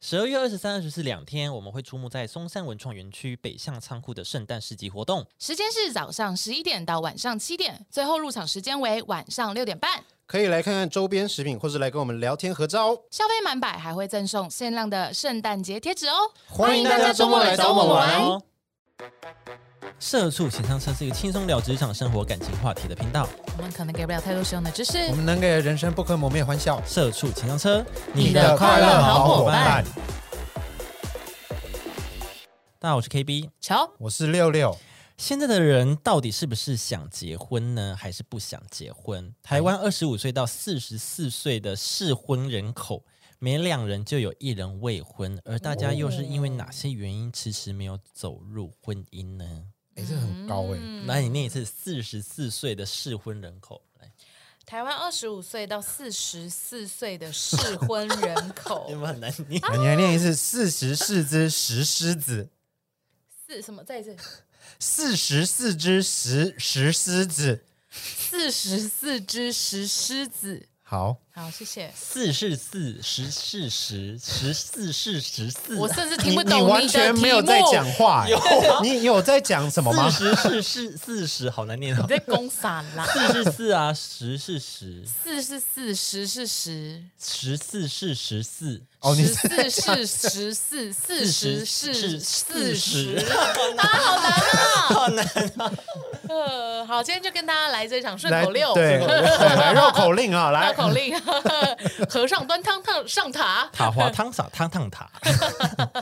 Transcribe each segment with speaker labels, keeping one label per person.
Speaker 1: 十二月二十三、二十四两天，我们会出没在松山文创园区北向仓库的圣诞市集活动。
Speaker 2: 时间是早上十一点到晚上七点，最后入场时间为晚上六点半。
Speaker 3: 可以来看看周边食品，或是来跟我们聊天合照哦。
Speaker 2: 消费满百还会赠送限量的圣诞节贴纸哦。
Speaker 3: 欢迎大家周末来找我们玩哦。
Speaker 1: 哦社畜情商车是一个轻松聊职场、生活、感情话题的频道。
Speaker 2: 我们可能给不了太多实用的知识。
Speaker 3: 我们能给人生不可磨灭欢笑。
Speaker 1: 社畜情商车，
Speaker 3: 你的快乐好伙伴。
Speaker 1: 大家好，我是 KB。
Speaker 2: 瞧，
Speaker 3: 我是六六，
Speaker 1: 现在的人到底是不是想结婚呢，还是不想结婚？台湾二十五岁到四十四岁的适婚人口，每两人就有一人未婚，而大家又是因为哪些原因迟迟没有走入婚姻呢？
Speaker 3: 哎、这很高哎、
Speaker 1: 来，你念一次四十四岁的适婚人口，来，
Speaker 2: 台湾二十五岁到四十四岁的适婚人口
Speaker 1: 你，们很难 念。
Speaker 3: 你来念一次：四十四只石狮子，
Speaker 2: 四什么？再一次，
Speaker 3: 四十四只石石狮子。
Speaker 2: 四十四只石狮子。
Speaker 3: 好，
Speaker 2: 好，谢谢。
Speaker 1: 四是四，十是十，十四是十四，
Speaker 2: 我甚至听不懂
Speaker 3: 你完
Speaker 2: 的
Speaker 3: 全没有
Speaker 2: 题
Speaker 3: 在
Speaker 2: 目
Speaker 3: 讲，话、哎
Speaker 1: 有啊
Speaker 3: 你有在讲什么吗？
Speaker 1: 四十是是四十，好难念哦
Speaker 2: 你。在攻啥啦？
Speaker 1: 四是四啊，十是十，
Speaker 2: 四是四，十是十，
Speaker 1: 十四是十四。
Speaker 3: 哦，你
Speaker 2: 十四是十四，四十是四十。啊，好难啊！好 难啊！呃，好，今天就跟大家来这场顺
Speaker 3: 来
Speaker 2: 口溜，
Speaker 3: 对，对来绕口令
Speaker 2: 绕
Speaker 3: 啊，来
Speaker 2: 口令， 和尚端汤汤上塔，
Speaker 1: 塔滑汤洒汤烫 塔，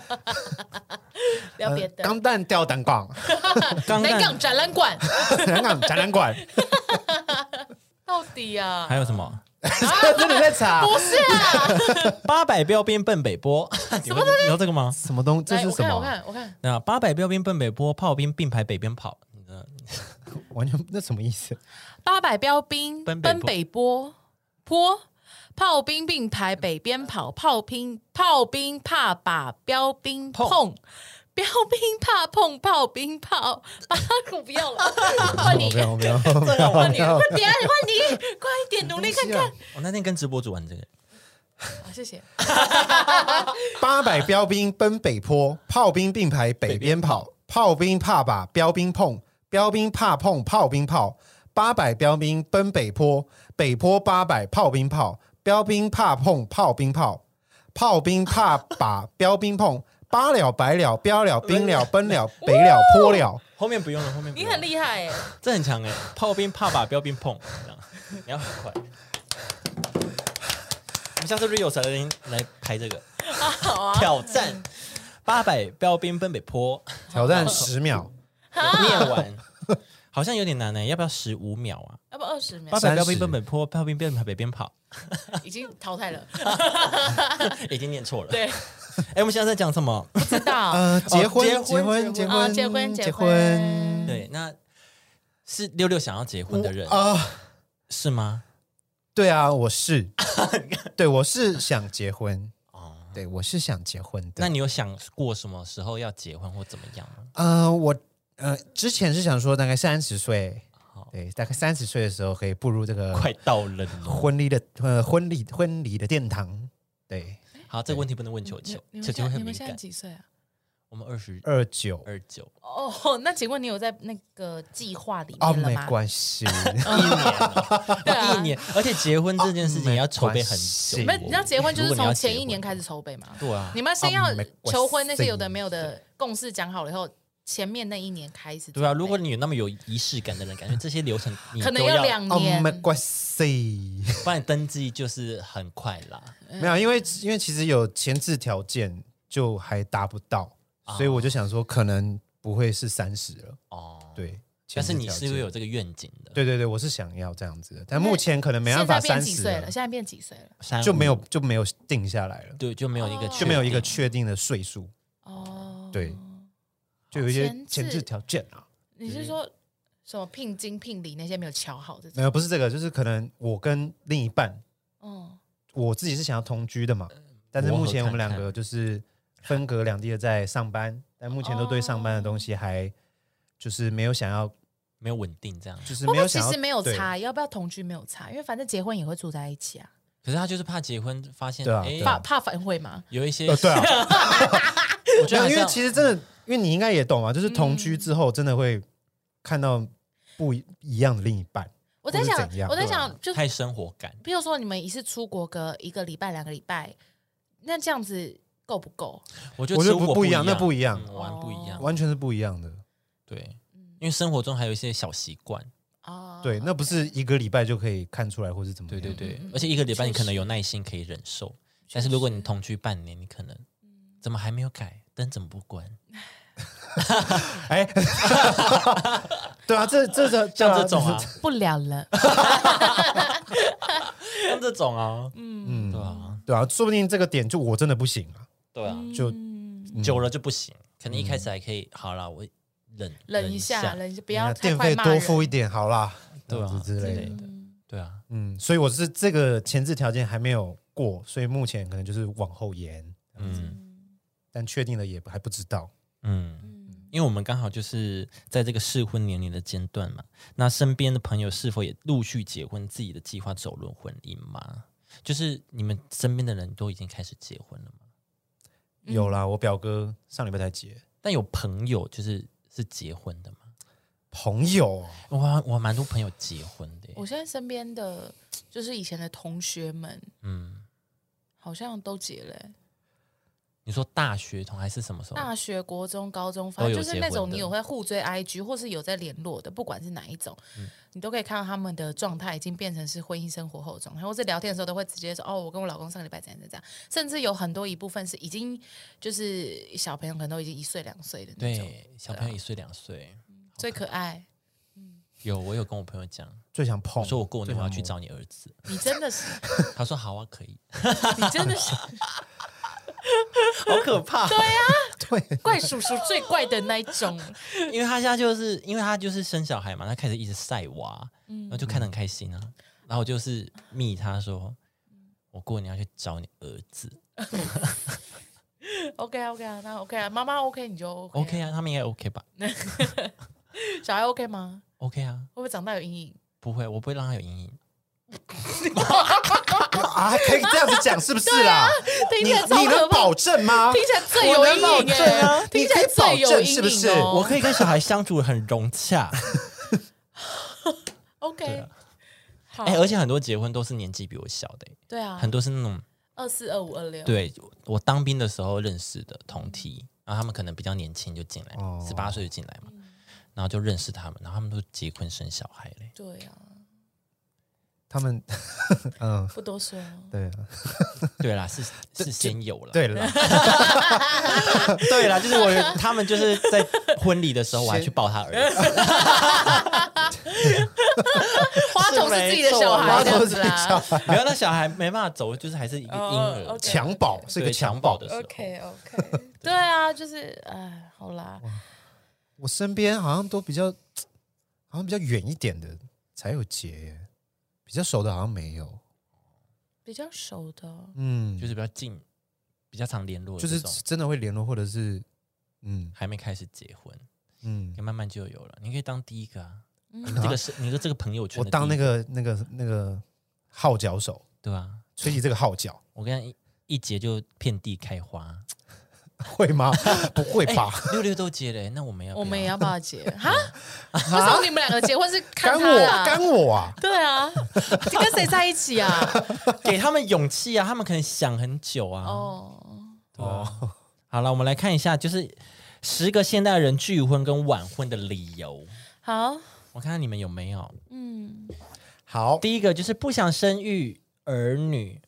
Speaker 3: 呃
Speaker 2: 聊别的。
Speaker 3: 钢蛋吊单 杠，
Speaker 1: 刚
Speaker 2: 南
Speaker 1: 刚
Speaker 2: 港展览馆
Speaker 3: 南港展览馆，
Speaker 2: 到底啊
Speaker 1: 还？有什么？
Speaker 3: 这里在查
Speaker 2: 不是啊！
Speaker 1: 八百标兵奔北 坡，你们你知道这个吗？
Speaker 3: 什么东？这
Speaker 2: 来，
Speaker 3: 是
Speaker 2: 我
Speaker 3: 什
Speaker 2: 看，我
Speaker 3: 么？啊
Speaker 2: 看，我看，
Speaker 1: 那八百标兵奔北坡，炮兵并排北边跑。你知道
Speaker 3: 完全那什么意思？
Speaker 2: 八百标兵
Speaker 1: 奔
Speaker 2: 奔
Speaker 1: 北坡
Speaker 2: 北坡坡，炮兵并排北边跑，炮兵炮兵怕把标兵
Speaker 1: 碰
Speaker 2: 碰。标兵怕碰炮兵炮，把我不 要了，换哦你，
Speaker 3: 我不要，我不 要，
Speaker 2: 换你，快点，换你，快一点，努力看看。
Speaker 1: 我那天跟直播主玩这个，
Speaker 2: 好，谢谢。
Speaker 3: 八百标兵奔北坡，炮兵并排北边跑，炮兵怕把标兵碰，标兵怕碰炮兵炮。八百标兵奔北坡，北坡八百炮兵炮，标兵怕碰炮兵炮，炮兵怕把标兵碰。八了百了标了兵了 奔了北了坡
Speaker 2: 哦
Speaker 3: 了，
Speaker 1: 后面不用了，后面不
Speaker 2: 你
Speaker 1: 用
Speaker 2: 很
Speaker 1: 了
Speaker 2: 厉害哎，
Speaker 1: 这很强哎，炮兵怕把标兵碰，这样你要很快。我们下次 Rio 才来来拍这个
Speaker 2: 好啊，
Speaker 1: 挑战八百标兵奔北坡，
Speaker 3: 挑战十秒，
Speaker 1: 念完好像有点难呢，欸要不要十五秒啊？
Speaker 2: 要不二十秒
Speaker 1: 八百
Speaker 3: 30
Speaker 1: 标兵奔北坡，炮兵奔北边跑，
Speaker 2: 已经淘汰了，
Speaker 1: 已经念错了。
Speaker 2: 对，
Speaker 1: 哎，我们现在在讲什么？
Speaker 2: 知道。
Speaker 3: 呃，结婚
Speaker 1: 结婚
Speaker 3: 结婚
Speaker 1: 结
Speaker 2: 啊，
Speaker 3: 结婚嗯
Speaker 2: 结婚，结
Speaker 3: 婚，
Speaker 2: 婚，
Speaker 1: 对，那是六六想要结婚的人
Speaker 3: 啊，
Speaker 1: 是吗？
Speaker 3: 对啊，我是，对我是想结婚，
Speaker 1: 哦，
Speaker 3: 对我是想结婚的。
Speaker 1: 那你有想过什么时候要结婚或怎么样吗？
Speaker 3: 呃，我呃之前是想说大概三十岁，对，大概三十岁的时候可以步入这个
Speaker 1: 快到了哦。
Speaker 3: 婚礼的呃婚礼婚礼的殿堂，对，
Speaker 1: 好，这个问题不能问球球，
Speaker 2: 你
Speaker 1: 球球
Speaker 2: 们现
Speaker 1: 会
Speaker 2: 你
Speaker 1: 很
Speaker 2: 们
Speaker 1: 敏
Speaker 2: 现在
Speaker 1: 感。
Speaker 2: 几岁啊？
Speaker 1: 我们二十
Speaker 3: 二九
Speaker 1: 二 九，
Speaker 2: 哦，那请问你有在那个计划里
Speaker 3: 哦，
Speaker 2: 面了
Speaker 3: 没
Speaker 2: 吗？
Speaker 3: 关系，
Speaker 1: 一年哦，
Speaker 2: 对啊
Speaker 1: 一年，而且结婚这件事情要筹备很
Speaker 3: 哦
Speaker 1: 久。
Speaker 3: 没
Speaker 2: 你
Speaker 3: 关
Speaker 2: 们
Speaker 3: 系
Speaker 2: 你知道结婚就是
Speaker 1: 如果你要
Speaker 2: 从
Speaker 1: 结婚
Speaker 2: 前一年开始筹备吗？
Speaker 1: 对啊，
Speaker 2: 你们先要
Speaker 3: 哦没关系
Speaker 2: 求婚那些有的没有的共识讲好了以后，前面那一年开始。
Speaker 1: 对啊，如果你有那么有仪式感的人，感觉这些流程你
Speaker 2: 可能
Speaker 1: 都
Speaker 2: 要
Speaker 1: 要，
Speaker 2: 两
Speaker 3: 哦，
Speaker 2: 年
Speaker 3: 没，关系，
Speaker 1: 不然登记就是很快啦。
Speaker 3: 没有，因为因为其实有前置条件就还达不到，所以我就想说可能不会是三十了，
Speaker 1: 哦，，
Speaker 3: 对，
Speaker 1: 但是
Speaker 3: 前置
Speaker 1: 你
Speaker 3: 条
Speaker 1: 是会
Speaker 3: 件
Speaker 1: 有这个愿景的，
Speaker 3: 对对对，我是想要这样子的，但
Speaker 2: 因为
Speaker 3: 目前可能没办
Speaker 2: 现
Speaker 3: 法
Speaker 2: 在变
Speaker 3: 三
Speaker 2: 几
Speaker 3: 十
Speaker 2: 岁了？现在变几岁了？
Speaker 1: 三五，
Speaker 3: 就没有就没有定下来了，
Speaker 1: 对，就没有一个
Speaker 2: 哦
Speaker 1: 确
Speaker 3: 就没有一个
Speaker 1: 定
Speaker 3: 确定的岁数。
Speaker 2: 哦，
Speaker 3: 对，就有一些
Speaker 2: 前置
Speaker 3: 前置条件啊。
Speaker 2: 你是说什么聘金聘礼那些没有瞧好这
Speaker 3: 没
Speaker 2: 种？
Speaker 3: 有，不是这个，就是可能我跟另一半，
Speaker 2: 嗯，
Speaker 3: 我自己是想要同居的嘛，但是
Speaker 1: 磨合
Speaker 3: 目前我们
Speaker 1: 看
Speaker 3: 两
Speaker 1: 看
Speaker 3: 个就是分隔两地的在上班，但目前都对上班的东西还就是没有想要，
Speaker 1: 没有稳定这样。
Speaker 3: 就是
Speaker 2: 会不
Speaker 3: 没有
Speaker 2: 会其
Speaker 3: 想要，
Speaker 2: 实没有
Speaker 3: 对
Speaker 2: 差？要不要同居没有差？因为反正结婚也会住在一起啊。
Speaker 1: 可是他就是怕结婚发现，
Speaker 3: 对啊
Speaker 1: 诶
Speaker 3: 对
Speaker 2: 怕
Speaker 3: 啊
Speaker 2: 怕反悔嘛？
Speaker 1: 有一些
Speaker 3: 呃，对啊，
Speaker 1: 我觉
Speaker 3: 没
Speaker 1: 得还
Speaker 2: 啊
Speaker 3: 有因
Speaker 1: 是
Speaker 3: 为
Speaker 1: 要
Speaker 3: 其实真的，因为你应该也懂嘛，啊就是同居
Speaker 2: 嗯
Speaker 3: 之后真的会看到不一一样的另一半，
Speaker 2: 我在
Speaker 3: 或是
Speaker 2: 想
Speaker 3: 怎样，
Speaker 2: 我在
Speaker 3: 对啊
Speaker 2: 想，就
Speaker 1: 太生活感，
Speaker 2: 比如说你们一次出国个一个礼拜、两个礼拜，那这样子够不够？
Speaker 1: 我觉
Speaker 3: 我
Speaker 1: 得
Speaker 3: 觉
Speaker 1: 吃
Speaker 3: 得
Speaker 1: 火
Speaker 3: 不不一样那不一样哦
Speaker 1: 嗯玩不一
Speaker 2: 哦
Speaker 1: 样，
Speaker 3: 完全是不一样的。
Speaker 1: 对，因为生活中还有一些小习惯，
Speaker 2: 哦，
Speaker 3: 对，那不是一个礼拜就可以看出来，或是怎么样？
Speaker 1: 对对对
Speaker 2: 嗯嗯，
Speaker 1: 而且一个礼拜你
Speaker 2: 确
Speaker 1: 可能
Speaker 2: 实
Speaker 1: 有耐心可以忍受，但是如果你同居半年，你可能
Speaker 3: 嗯
Speaker 1: 怎么还没有改，灯怎么不关？
Speaker 3: 哎， 对啊，这这这
Speaker 1: 像这种，啊
Speaker 3: 对啊，
Speaker 2: 不了了。
Speaker 1: 像这种啊，
Speaker 3: 嗯，
Speaker 1: 对啊，
Speaker 3: 对啊，说不定这个点就我真的不行啊，
Speaker 1: 对啊，
Speaker 3: 就
Speaker 2: 嗯
Speaker 3: 嗯
Speaker 1: 久了就不行，可能一开始还可以，好啦，我忍
Speaker 2: 忍一
Speaker 1: 一
Speaker 2: 下，
Speaker 1: 下，
Speaker 2: 忍一下，不要太
Speaker 3: 电
Speaker 2: 快
Speaker 3: 费
Speaker 2: 骂
Speaker 3: 多
Speaker 2: 人嗯
Speaker 3: 付一点好啦，
Speaker 1: 对
Speaker 3: 这样
Speaker 1: 啊
Speaker 3: 子之类的。
Speaker 1: 的，对啊，
Speaker 3: 嗯，所以我是这个前置条件还没有过，所以目前可能就是往后延，
Speaker 1: 嗯
Speaker 3: 但确定了也还不知道。
Speaker 1: 嗯。
Speaker 2: 嗯
Speaker 1: 因为我们刚好就是在这个适婚年龄的间段嘛，那身边的朋友是否也陆续结婚，自己的计划走入婚姻吗？就是你们身边的人都已经开始结婚了吗？
Speaker 2: 嗯
Speaker 3: 有啦，我表哥上礼拜才结，
Speaker 1: 但有朋友就是是结婚的吗？
Speaker 3: 朋友哦
Speaker 1: 我好像我蛮多朋友结婚的耶，
Speaker 2: 我现在身边的就是以前的同学们，
Speaker 1: 嗯，
Speaker 2: 好像都结了欸、
Speaker 1: 你说大学同还是什么时候？
Speaker 2: 大学、国中、高中，反正
Speaker 1: 都有
Speaker 2: 就是
Speaker 1: 结
Speaker 2: 那
Speaker 1: 婚
Speaker 2: 种
Speaker 1: 的
Speaker 2: 你有在互追 IG 或是有在联络的，不管是哪一种，
Speaker 1: 嗯
Speaker 2: 你都可以看到他们的状态已经变成是婚姻生活后的状态，或者聊天的时候都会直接说哦，我跟我老公上礼拜怎样怎样怎样，甚至有很多一部分是已经就是小朋友可能都已经一岁两岁的那种，
Speaker 1: 对，啊小朋友一岁两岁，
Speaker 2: 最可爱。
Speaker 1: 有我有跟我朋友讲，
Speaker 3: 最想碰，
Speaker 1: 我说我过年我要去
Speaker 3: 最想
Speaker 1: 找你儿子，
Speaker 2: 你真的是，
Speaker 1: 他说好啊，可以，
Speaker 2: 你真的 是
Speaker 1: 好可怕，
Speaker 3: 摸，对，
Speaker 2: 怪叔叔最怪的那一种。
Speaker 1: 因为他现在就是因为他就是生小孩嘛，他开始一直晒娃，然后就看得很开心啊。然后我就是密他说，我过年要去找你儿子
Speaker 2: OK 啊 OK 啊，那 OK 啊，妈妈 OK 你就 OK
Speaker 1: ，OK 啊，他们应该 OK 吧
Speaker 2: 小孩 OK 吗？
Speaker 1: ？OK 啊，
Speaker 2: 会不会长大有阴影？
Speaker 1: 不会，我不会让他有阴影。
Speaker 3: 啊，可以这样子讲是不是啦？
Speaker 2: 听
Speaker 3: 你
Speaker 2: 起来啊超
Speaker 3: 你
Speaker 2: 可
Speaker 3: 能
Speaker 2: 怕
Speaker 3: 保，证吗？
Speaker 2: 听起来最有阴
Speaker 3: 我能
Speaker 2: 影
Speaker 3: 保
Speaker 2: 哎、
Speaker 3: 证啊
Speaker 2: 听起来最有
Speaker 3: 你可以保证
Speaker 2: 阴
Speaker 3: 是不是
Speaker 2: 影哦。
Speaker 1: 我可以跟小孩相处得很融洽，对
Speaker 2: OK，
Speaker 1: 啊
Speaker 2: 好，
Speaker 1: 哎、而且很多结婚都是年纪比我小的、
Speaker 2: 对哦啊，
Speaker 1: 很多是那种
Speaker 2: 二四二五二六，
Speaker 1: 对我当兵的时候认识的同梯，然后他们可能比较年轻就进来
Speaker 3: 哦，
Speaker 1: 十八岁就进来嘛，然后就认识他们，然后他们都结婚生小孩嘞。
Speaker 2: 对啊，
Speaker 3: 他们，嗯，
Speaker 2: 不多哦 说。
Speaker 3: 对
Speaker 1: 啊对啦，是是先有了，
Speaker 3: 对了，
Speaker 1: 对啦，就是我他们就是在婚礼的时候，我还
Speaker 3: 先
Speaker 1: 去抱他儿 子，
Speaker 2: 花童是自己的小孩
Speaker 3: 花
Speaker 2: 这
Speaker 3: 都
Speaker 2: 样
Speaker 3: 是
Speaker 2: 子
Speaker 3: 小
Speaker 2: 啦。
Speaker 3: 孩，
Speaker 1: 没有那小孩没办法走，就是还是一个婴
Speaker 2: 哦
Speaker 1: 儿，
Speaker 2: ，OK
Speaker 3: 强保是一个
Speaker 1: 对
Speaker 3: 强
Speaker 1: 襁褓
Speaker 3: 保
Speaker 1: 的时候
Speaker 2: OK OK，对 啊，就是哎，好啦，
Speaker 3: 我身边好像都比较，好像比较远一点的才有结耶，比较熟的好像没有。
Speaker 2: 比较熟的哦，
Speaker 3: 嗯，
Speaker 1: 就是
Speaker 3: 就是
Speaker 1: 比较近，比较常联络的
Speaker 3: 就
Speaker 1: 这
Speaker 3: 是
Speaker 1: 种，
Speaker 3: 真的会联络，或者是嗯
Speaker 1: 还没开始结婚，
Speaker 3: 嗯
Speaker 1: 可以，慢慢就有了。你可以当第一个啊，
Speaker 2: 嗯
Speaker 1: 你们这个是你的这个朋友圈
Speaker 3: 我
Speaker 1: 的第一，
Speaker 3: 当那个那个那个号角手，
Speaker 1: 对啊，
Speaker 3: 吹起这个号角
Speaker 1: 我跟你讲一一结就遍地开花，哎
Speaker 3: 会 吗？不会吧？
Speaker 1: 六六都结了，那我们要不
Speaker 2: 我们也
Speaker 1: 要
Speaker 2: 要帮他 结哈？为什么你们两个结婚是看他
Speaker 3: 干我
Speaker 2: 啦？
Speaker 3: 干我啊！
Speaker 2: 对啊，你跟谁在一起 啊？
Speaker 1: 给他们勇气啊，他们可能想很久啊。
Speaker 2: 哦，
Speaker 1: 哦， 好了，我们来看一下，就是十个现代人拒婚跟晚婚的理由。
Speaker 2: 好，
Speaker 1: 我看看你们有没有。
Speaker 2: 嗯，
Speaker 3: 好，
Speaker 1: 第一个就是不想生育儿女、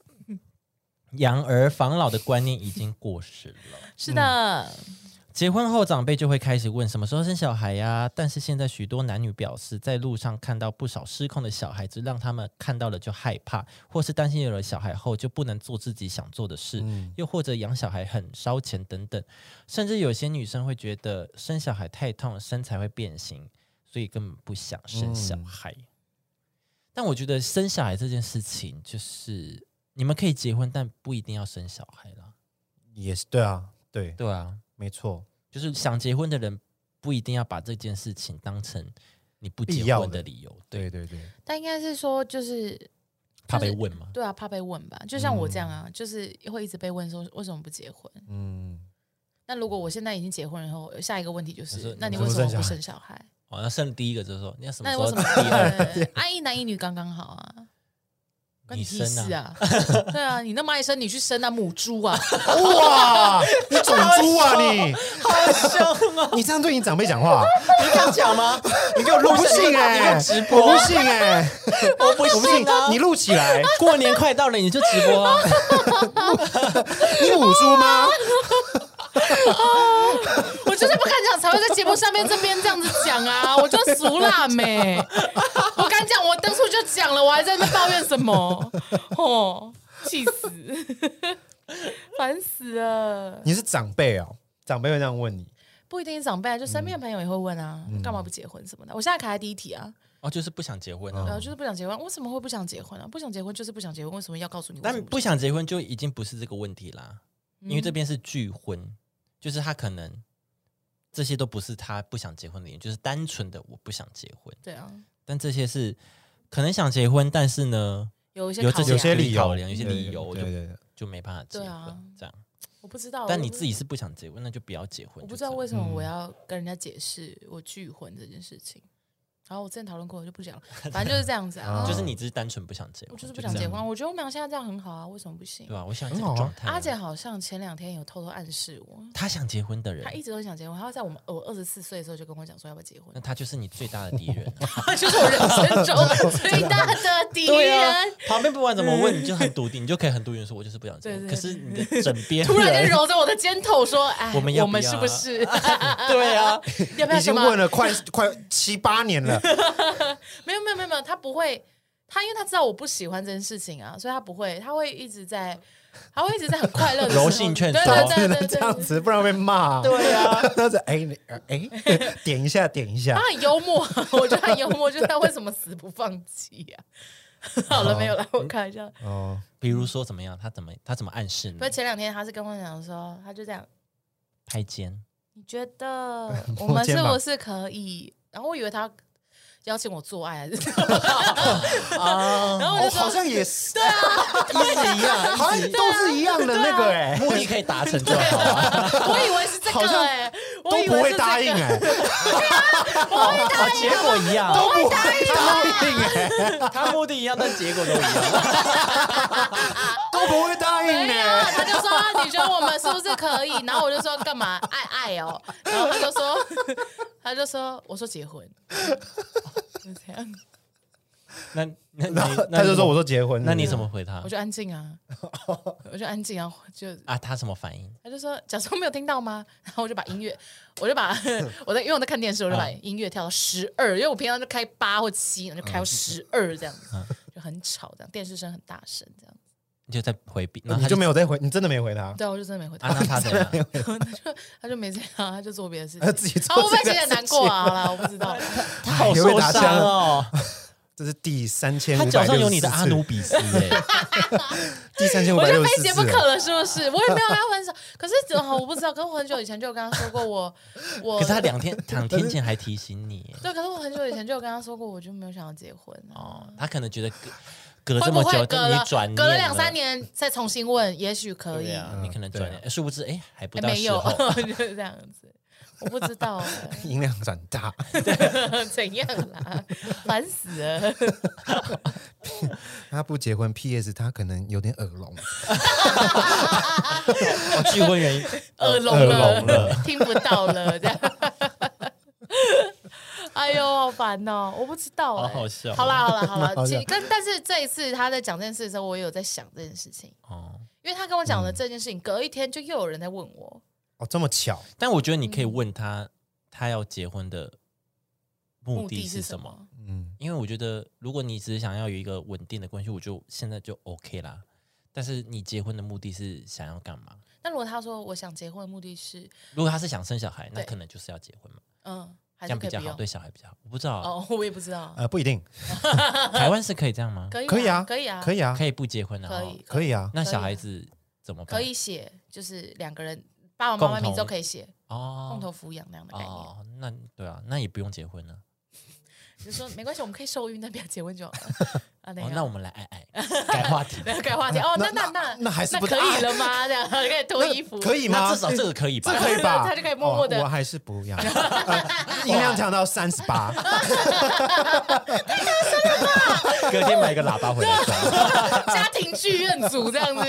Speaker 1: 养儿防老的观念已经过时了。
Speaker 2: 是的，
Speaker 3: 嗯
Speaker 1: 结婚后，长辈就会开始问什么时候生小孩呀、但是现在许多男女表示，在路上看到不少失控的小孩子，让他们看到了就害怕，或是担心有了小孩后就不能做自己想做的事，
Speaker 3: 嗯，
Speaker 1: 又或者养小孩很烧钱等等，甚至有些女生会觉得生小孩太痛，身材会变形，所以根本不想生小孩。但我觉得生小孩这件事情，就是你们可以结婚，但不一定要生小孩啦。
Speaker 3: 也是对啊，对，
Speaker 1: 对啊，
Speaker 3: 没错，
Speaker 1: 就是想结婚的人不一定要把这件事情当成你不
Speaker 3: 必
Speaker 1: 结
Speaker 3: 要
Speaker 1: 婚
Speaker 3: 的
Speaker 1: 的理由。对，
Speaker 3: 对对对，
Speaker 2: 但应该是说，就是
Speaker 1: 怕被问吗？
Speaker 2: 对啊，怕被问吧，就像我这样啊，就是会一直被问说为什么不结婚。
Speaker 3: 嗯，
Speaker 2: 那如果我现在已经结婚了以后，下一个问题就
Speaker 1: 你说
Speaker 2: 是，那你
Speaker 3: 你
Speaker 2: 为
Speaker 3: 怎
Speaker 2: 什
Speaker 3: 么
Speaker 2: 么不
Speaker 3: 生
Speaker 2: 生小孩？
Speaker 1: 哦，那剩第一个就是说，你要什么
Speaker 2: 那
Speaker 1: 时
Speaker 2: 为
Speaker 1: 候
Speaker 2: 什么
Speaker 1: 第二？
Speaker 2: 对 啊？一男一女刚刚好啊，关你屁事啊！对啊，你那么爱生，你去生啊，母猪啊！
Speaker 3: 哇，你种猪啊你！
Speaker 1: 好凶啊！
Speaker 3: 你这样对你长辈讲话，
Speaker 1: 你敢讲吗？你给我录
Speaker 3: 我不
Speaker 1: 下
Speaker 3: 信
Speaker 1: 你给
Speaker 3: 哎、
Speaker 1: 我直播，
Speaker 3: 我不信哎、
Speaker 1: 我不
Speaker 3: 我不信
Speaker 1: 信啊！
Speaker 3: 你录起来，
Speaker 1: 过年快到了，你就直 播啊，
Speaker 3: 你母猪吗？
Speaker 2: 我就是不敢讲，才会在节目上面这边这样子讲啊！我就俗辣妹，我敢讲，我当初就讲了，我还在那边抱怨什么？ 哦，气死， 烦死了！
Speaker 3: 你是长辈哦，长辈会这样问你，
Speaker 2: 不一定是长
Speaker 1: 嗯
Speaker 2: 辈啊，就身边的朋友也会问啊，干嘛不结婚什么的。我现在卡在第一题啊，
Speaker 1: 哦，就是不想结婚
Speaker 2: 对
Speaker 1: 啊。
Speaker 2: 啊，就是不想结婚。为什么会不想结婚啊？不想结婚就是不想结婚，为什么要告诉你为什
Speaker 1: 但
Speaker 2: 么？
Speaker 1: 不想结婚就已经不是这个问题啦，
Speaker 2: 嗯
Speaker 1: 因为这边是拒婚，就是他可能这些都不是他不想结婚的原因，就是单纯的我不想结婚。
Speaker 2: 对啊，
Speaker 1: 但这些是可能想结婚，但是呢，
Speaker 2: 有一些
Speaker 1: 有
Speaker 2: 考
Speaker 1: 这
Speaker 2: 量
Speaker 1: 些
Speaker 3: 有些理由
Speaker 1: 考量有些理由
Speaker 3: 对对对对
Speaker 1: 就没办法结
Speaker 2: 对
Speaker 1: 婚、
Speaker 2: 啊
Speaker 1: 这样。
Speaker 2: 我不知道，
Speaker 1: 但
Speaker 2: 我
Speaker 1: 你
Speaker 2: 不
Speaker 1: 自己是嗯不想结婚，那就不要结婚。
Speaker 2: 我不
Speaker 1: 就
Speaker 2: 知道
Speaker 1: 这样
Speaker 2: 为什么我要跟人家解释我拒婚这件事情。然后我之前讨论过，我就不讲了。反正就是这样子 啊
Speaker 3: 啊，
Speaker 1: 就是你只是单纯不想结婚，
Speaker 2: 我就是不想结
Speaker 1: 这样
Speaker 2: 婚。我觉得我们俩现在这样很好啊，为什么不行
Speaker 1: 对？吧？我想这
Speaker 3: 很
Speaker 1: 个
Speaker 3: 好啊
Speaker 1: 状态啊。
Speaker 2: 阿姐好像前两天有偷偷暗示我，
Speaker 1: 他想结婚的人
Speaker 2: 她，一直都想结婚。她在我们我二十四岁的时候就跟我讲说要不要结婚
Speaker 1: 那，他就是你最大的敌人 啊。
Speaker 2: 就是我人生中最大的敌
Speaker 1: 对啊
Speaker 2: 人。，
Speaker 1: 旁边不管怎么问，你就很笃定，你就可以很笃定地说，我就是不想结婚。
Speaker 2: 对对
Speaker 1: 可是你的枕边
Speaker 2: 突然间
Speaker 1: 人，
Speaker 2: 揉着我的肩头说：“哎，
Speaker 1: 我
Speaker 2: 我
Speaker 1: 们要不
Speaker 2: 们
Speaker 1: 要
Speaker 2: 是
Speaker 1: 啊
Speaker 2: 不是
Speaker 1: 对啊，
Speaker 2: 要不要
Speaker 3: 已
Speaker 2: 什
Speaker 3: 经
Speaker 2: 么？”
Speaker 3: 问了快快七八年了，
Speaker 2: 没有没有没有没有，他不会，他因为他知道我不喜欢这件事情啊，所以他不会，他会一直在，他会一直在很快乐的时候
Speaker 1: 柔性劝
Speaker 2: 对
Speaker 1: 导
Speaker 2: 对
Speaker 3: 只
Speaker 2: 对
Speaker 3: 能
Speaker 2: 对
Speaker 3: 这
Speaker 2: 对
Speaker 3: 样子，不然会被骂。
Speaker 1: 对啊，
Speaker 3: 那是哎你呃哎，点一下点一下
Speaker 2: 他，很幽默，我觉得很幽默，就是他为什么死不放弃呀、 好了，没有了，我开玩笑。
Speaker 3: 哦，
Speaker 1: 比如说怎么样，他怎么他怎么暗示你
Speaker 2: 不是前两天他是跟我讲说，他就这样，
Speaker 1: 拍肩？
Speaker 2: 你觉 得我
Speaker 3: 摸
Speaker 2: 们
Speaker 3: 肩
Speaker 2: 是
Speaker 3: 膀
Speaker 2: 不是可以？然后我以为他邀请我做爱 还是什么，然后我
Speaker 3: 哦，
Speaker 2: 就说、
Speaker 3: 好像也是，
Speaker 1: 一一样，
Speaker 3: 好像都是一样的那个哎，
Speaker 1: 目的可以达成就 好啊。
Speaker 2: 我以为是这
Speaker 3: 好
Speaker 2: 个
Speaker 3: 像
Speaker 2: 哎、我
Speaker 3: 都
Speaker 2: 以
Speaker 3: 不
Speaker 2: 为
Speaker 3: 会
Speaker 2: 是
Speaker 3: 答
Speaker 2: 这
Speaker 3: 应
Speaker 2: 个。
Speaker 3: 哎，
Speaker 1: 啊结果一样，
Speaker 3: 都不会答应哎，
Speaker 1: 他目的一样，但结果都一 样。
Speaker 3: 都不会答 应
Speaker 2: 没有，啊
Speaker 3: 哎。
Speaker 2: 他就说啊你觉得我们是不是可以？然后我就说干嘛爱爱哦，然后他就说他就说我说结婚， 哦就这样，
Speaker 1: 那那
Speaker 3: 然
Speaker 1: 你
Speaker 3: 后
Speaker 1: 那
Speaker 3: 他就
Speaker 1: 你
Speaker 3: 说：“我说结婚。”
Speaker 1: 那你怎么回他
Speaker 2: 我？就安静啊，我就安静啊，我就
Speaker 1: 啊，他什么反应？
Speaker 2: 他就说假装没有听到吗？ 然后我就把音乐，我就把 我在因为我在看电视，我就把音乐调到十二，因为我平常就开八或七，我就开到十二这样子，就很吵，这样电视声很大声这样。
Speaker 1: 你就在回避，然后
Speaker 3: 你
Speaker 1: 他
Speaker 3: 就没有再回？你真的没回 他？
Speaker 2: 对啊，我就真的没回答
Speaker 1: 啊？。那他怎 样？
Speaker 2: 他就没这样，他就做别的事
Speaker 3: 他
Speaker 2: 情。
Speaker 3: 自己
Speaker 2: 啊，我
Speaker 3: 做
Speaker 2: 会
Speaker 3: 这
Speaker 2: 不会
Speaker 3: 个
Speaker 2: 觉得难
Speaker 3: 事
Speaker 2: 过
Speaker 3: 情，
Speaker 2: 啊？好啦，我不知道。
Speaker 1: 他好受伤哦，
Speaker 3: 啊这是第三千
Speaker 1: 他
Speaker 3: 五
Speaker 1: 脚
Speaker 3: 百
Speaker 1: 上
Speaker 3: 六
Speaker 1: 有
Speaker 3: 十
Speaker 1: 你的阿努比斯 哎。
Speaker 3: 第三 千五
Speaker 2: 我
Speaker 3: 百
Speaker 2: 就
Speaker 3: 六
Speaker 2: 非
Speaker 3: 十
Speaker 2: 结
Speaker 3: 四
Speaker 2: 不可了，是不是？我也没有要分手，可是怎么我不知道？可是我很久以前就有跟他说过我，我
Speaker 1: 可是他两天两天前还提醒你哎
Speaker 2: 对，可是我很久以前就有跟他说过，我就没有想要结婚啊。
Speaker 1: 哦，他可能觉得隔隔了
Speaker 2: 会
Speaker 1: 这
Speaker 2: 不
Speaker 1: 么
Speaker 2: 会
Speaker 1: 久，
Speaker 2: 隔
Speaker 1: 但
Speaker 2: 了
Speaker 1: 你转念
Speaker 2: 隔了两三。年再重新问，也许可以
Speaker 1: 对，啊，你可能转
Speaker 3: 嗯对啊
Speaker 1: 念，殊不知哎，还不
Speaker 2: 还
Speaker 1: 到
Speaker 2: 没
Speaker 1: 时
Speaker 2: 有
Speaker 1: 候。，
Speaker 2: 就是这样子。我不知道欸
Speaker 3: 音量转大，
Speaker 2: 怎样啦，烦死了！
Speaker 3: 他不结婚。P.S. 他可能有点耳聋，
Speaker 1: 哦聚婚 原因，
Speaker 2: 耳聋
Speaker 3: 耳
Speaker 2: 了，
Speaker 3: 聋了
Speaker 2: 听不到了，这样。 哎呦，好烦哦！我不知道、哎
Speaker 1: 好好笑
Speaker 2: 好啦，好啦，好啦。
Speaker 3: 好
Speaker 2: 其
Speaker 3: 笑
Speaker 2: 实跟但是这一次他在讲这件事的时候，我也有在想这件事情，
Speaker 1: 哦，
Speaker 2: 因为他跟我讲了这件事情，隔一天就又有人在问我，
Speaker 3: 哦，这么巧，
Speaker 1: 但我觉得你可以问他，他要结婚的目的
Speaker 2: 的
Speaker 1: 是
Speaker 2: 是
Speaker 1: 什么？
Speaker 2: 么？
Speaker 3: 嗯，
Speaker 1: 因为我觉得，如果你只是想要有一个稳定的关系，我就现在就 OK 啦。但是你结婚的目的是想要干嘛？
Speaker 2: 那如果他说我想结婚的目的是，
Speaker 1: 如果他是想生小孩，那
Speaker 2: 对
Speaker 1: 可能就是要结婚嘛，
Speaker 2: 嗯，还
Speaker 1: 这
Speaker 2: 是
Speaker 1: 样
Speaker 2: 可
Speaker 1: 比
Speaker 2: 以
Speaker 1: 较
Speaker 2: 不
Speaker 1: 好，
Speaker 2: 用
Speaker 1: 对？小孩比较好。我不知道啊，
Speaker 2: 哦，我也不知道，
Speaker 3: 呃，不一定，
Speaker 1: 台湾是可以这样吗？
Speaker 2: 可以
Speaker 3: 可以啊，
Speaker 2: 可以啊，
Speaker 3: 可
Speaker 2: 以，
Speaker 3: 以啊，
Speaker 1: 呃可以不结婚的
Speaker 2: 可
Speaker 1: 哦
Speaker 2: 以，。
Speaker 3: 可以啊，
Speaker 1: 那
Speaker 2: 可以
Speaker 1: 小
Speaker 2: 啊
Speaker 1: 孩子怎么办？
Speaker 2: 可以写，就是两个人爸爸妈妈
Speaker 1: 共
Speaker 2: 名字都
Speaker 1: 同
Speaker 2: 可以写，共
Speaker 1: 哦，
Speaker 2: 同抚养那样的概念。
Speaker 1: 哦，那对啊，那也不用结婚了。
Speaker 2: 就说没关系，我们可以受孕，但不要结婚就好了。啊，等一
Speaker 1: 哦，
Speaker 2: 下
Speaker 1: 那我们来爱爱，改话 题。
Speaker 2: 不要改话题哦，那
Speaker 3: 那
Speaker 2: 那那
Speaker 3: 那那还是不
Speaker 2: 可以了吗？这样可以脱
Speaker 3: 那
Speaker 2: 衣服，
Speaker 3: 可以吗？ 哎
Speaker 1: 那至少这个可以吧
Speaker 3: 这？可以吧？
Speaker 2: 他就可以默默地
Speaker 3: 哦我还是不要，呃音量调到三十八。
Speaker 1: 隔天买一个喇叭回来装，
Speaker 2: 家庭剧院组这样子，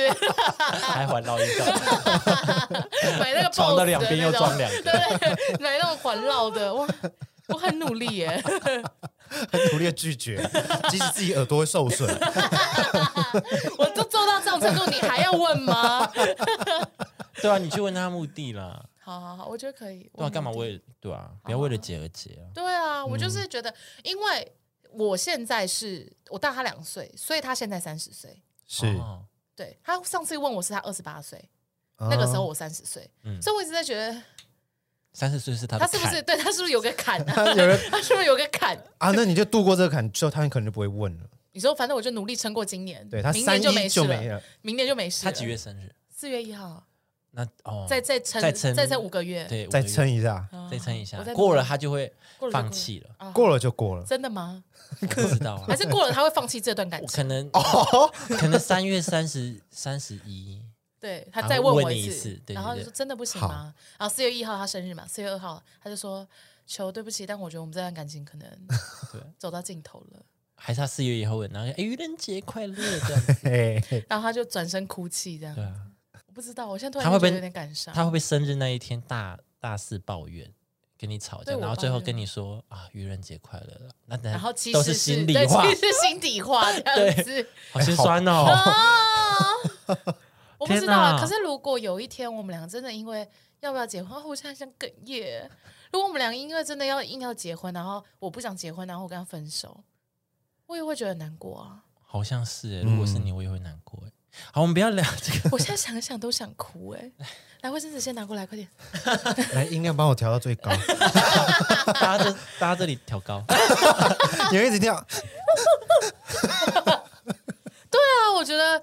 Speaker 1: 还环绕音响。
Speaker 2: 买那个
Speaker 1: 床
Speaker 2: BOSS
Speaker 1: 的两边又
Speaker 2: 那种
Speaker 1: 装两个
Speaker 2: 对对，买那种环绕的，哇，我很努力耶。
Speaker 3: 很努力地拒绝，即使自己耳朵会受损。
Speaker 2: 我都做到这种程度，你还要问吗？
Speaker 1: 对啊，你去问他目的啦。
Speaker 2: 好好好，我觉得可以。
Speaker 1: 对啊，干嘛
Speaker 2: 问？
Speaker 1: 为对啊？不要为了结而结啊。
Speaker 2: 对啊，我就是觉得，因为我现在是我大他两岁，所以他现在三十岁。
Speaker 3: 是、
Speaker 1: 哦
Speaker 2: 对他上次问我是他二十八岁，那个时候
Speaker 3: 啊，
Speaker 2: 我三十岁，
Speaker 1: 哦嗯
Speaker 2: 所以我一直在觉得
Speaker 1: 三十岁是他的
Speaker 2: 他是不是
Speaker 1: 坎
Speaker 2: 对他是不是有个坎、啊？
Speaker 3: 他有人
Speaker 2: 他是不是有个坎？
Speaker 3: 啊，那你就度过这个坎之后，他们可能就不会问了。
Speaker 2: 你说反正我就努力撑过今年，
Speaker 3: 对他
Speaker 2: 明
Speaker 3: 三
Speaker 2: 年就
Speaker 3: 一
Speaker 2: 没事
Speaker 3: 就
Speaker 2: 了，
Speaker 3: 没了，
Speaker 2: 明年就没事了。
Speaker 1: 他几月？生日？
Speaker 2: 四月一号，
Speaker 1: 那哦，
Speaker 2: 再再撑
Speaker 1: 再撑
Speaker 2: 再撑五个月，
Speaker 1: 对，
Speaker 3: 再
Speaker 1: 五个月
Speaker 3: 撑一下，
Speaker 2: 啊
Speaker 1: 再撑一下
Speaker 2: 我再，
Speaker 1: 过了他就会
Speaker 2: 过了就过了
Speaker 1: 放弃 了。
Speaker 2: 啊
Speaker 3: 过了就过了。
Speaker 2: 真 的吗？
Speaker 1: 我不知道啊
Speaker 2: 还，是过了他会放弃这段感
Speaker 1: 我
Speaker 2: 情？
Speaker 1: 可能
Speaker 3: 哦
Speaker 2: 哦
Speaker 1: 可能三月三十三十一，
Speaker 2: 对他再
Speaker 1: 然后
Speaker 2: 问我
Speaker 1: 问你
Speaker 2: 一
Speaker 1: 一次对对
Speaker 2: 然后就
Speaker 1: 对
Speaker 2: 说真的不行吗？然后四月一号他生日嘛，四月二号他就说求对不起，但我觉得我们这段感情 可能
Speaker 1: 对
Speaker 2: 走到尽头了。
Speaker 1: 还是他四月以后问，然后哎愚人节快乐这样子。
Speaker 3: 嘿嘿
Speaker 2: 然后他就转身哭泣这样
Speaker 1: 对。啊，
Speaker 2: 我不知道，我现在突然
Speaker 1: 他会
Speaker 2: 就
Speaker 1: 不
Speaker 2: 觉得
Speaker 1: 会
Speaker 2: 有点感伤。
Speaker 1: 他会不会生日那一天大大肆抱怨？跟你吵架，
Speaker 2: 对我
Speaker 1: 然后最
Speaker 2: 抱
Speaker 1: 后
Speaker 2: 怨
Speaker 1: 跟你说啊，愚人节快乐了，那
Speaker 2: 然后其
Speaker 1: 都
Speaker 2: 实
Speaker 1: 是心里
Speaker 2: 对
Speaker 1: 话，
Speaker 2: 其实是心底 话这样子
Speaker 1: 好 心酸哦。
Speaker 2: 啊。我不知道
Speaker 1: 天哪
Speaker 2: 啊，可是如果有一天我们俩真的因为要不要结婚，啊我现在想哽咽。如果我们俩因为真的要硬要结婚，然后我不想结婚，然后我跟他分手，我也会觉得难过啊。
Speaker 1: 好像是耶，如果是你，我也会难过耶。好，我们不要聊这 个。
Speaker 2: 我现在想一想都想哭哎、来，卫生纸先拿过来，快点。 啊
Speaker 3: 来，音量帮我调到 最高，
Speaker 1: 大家这大家这里调高，
Speaker 3: 你们一直跳。
Speaker 2: 对啊，我觉得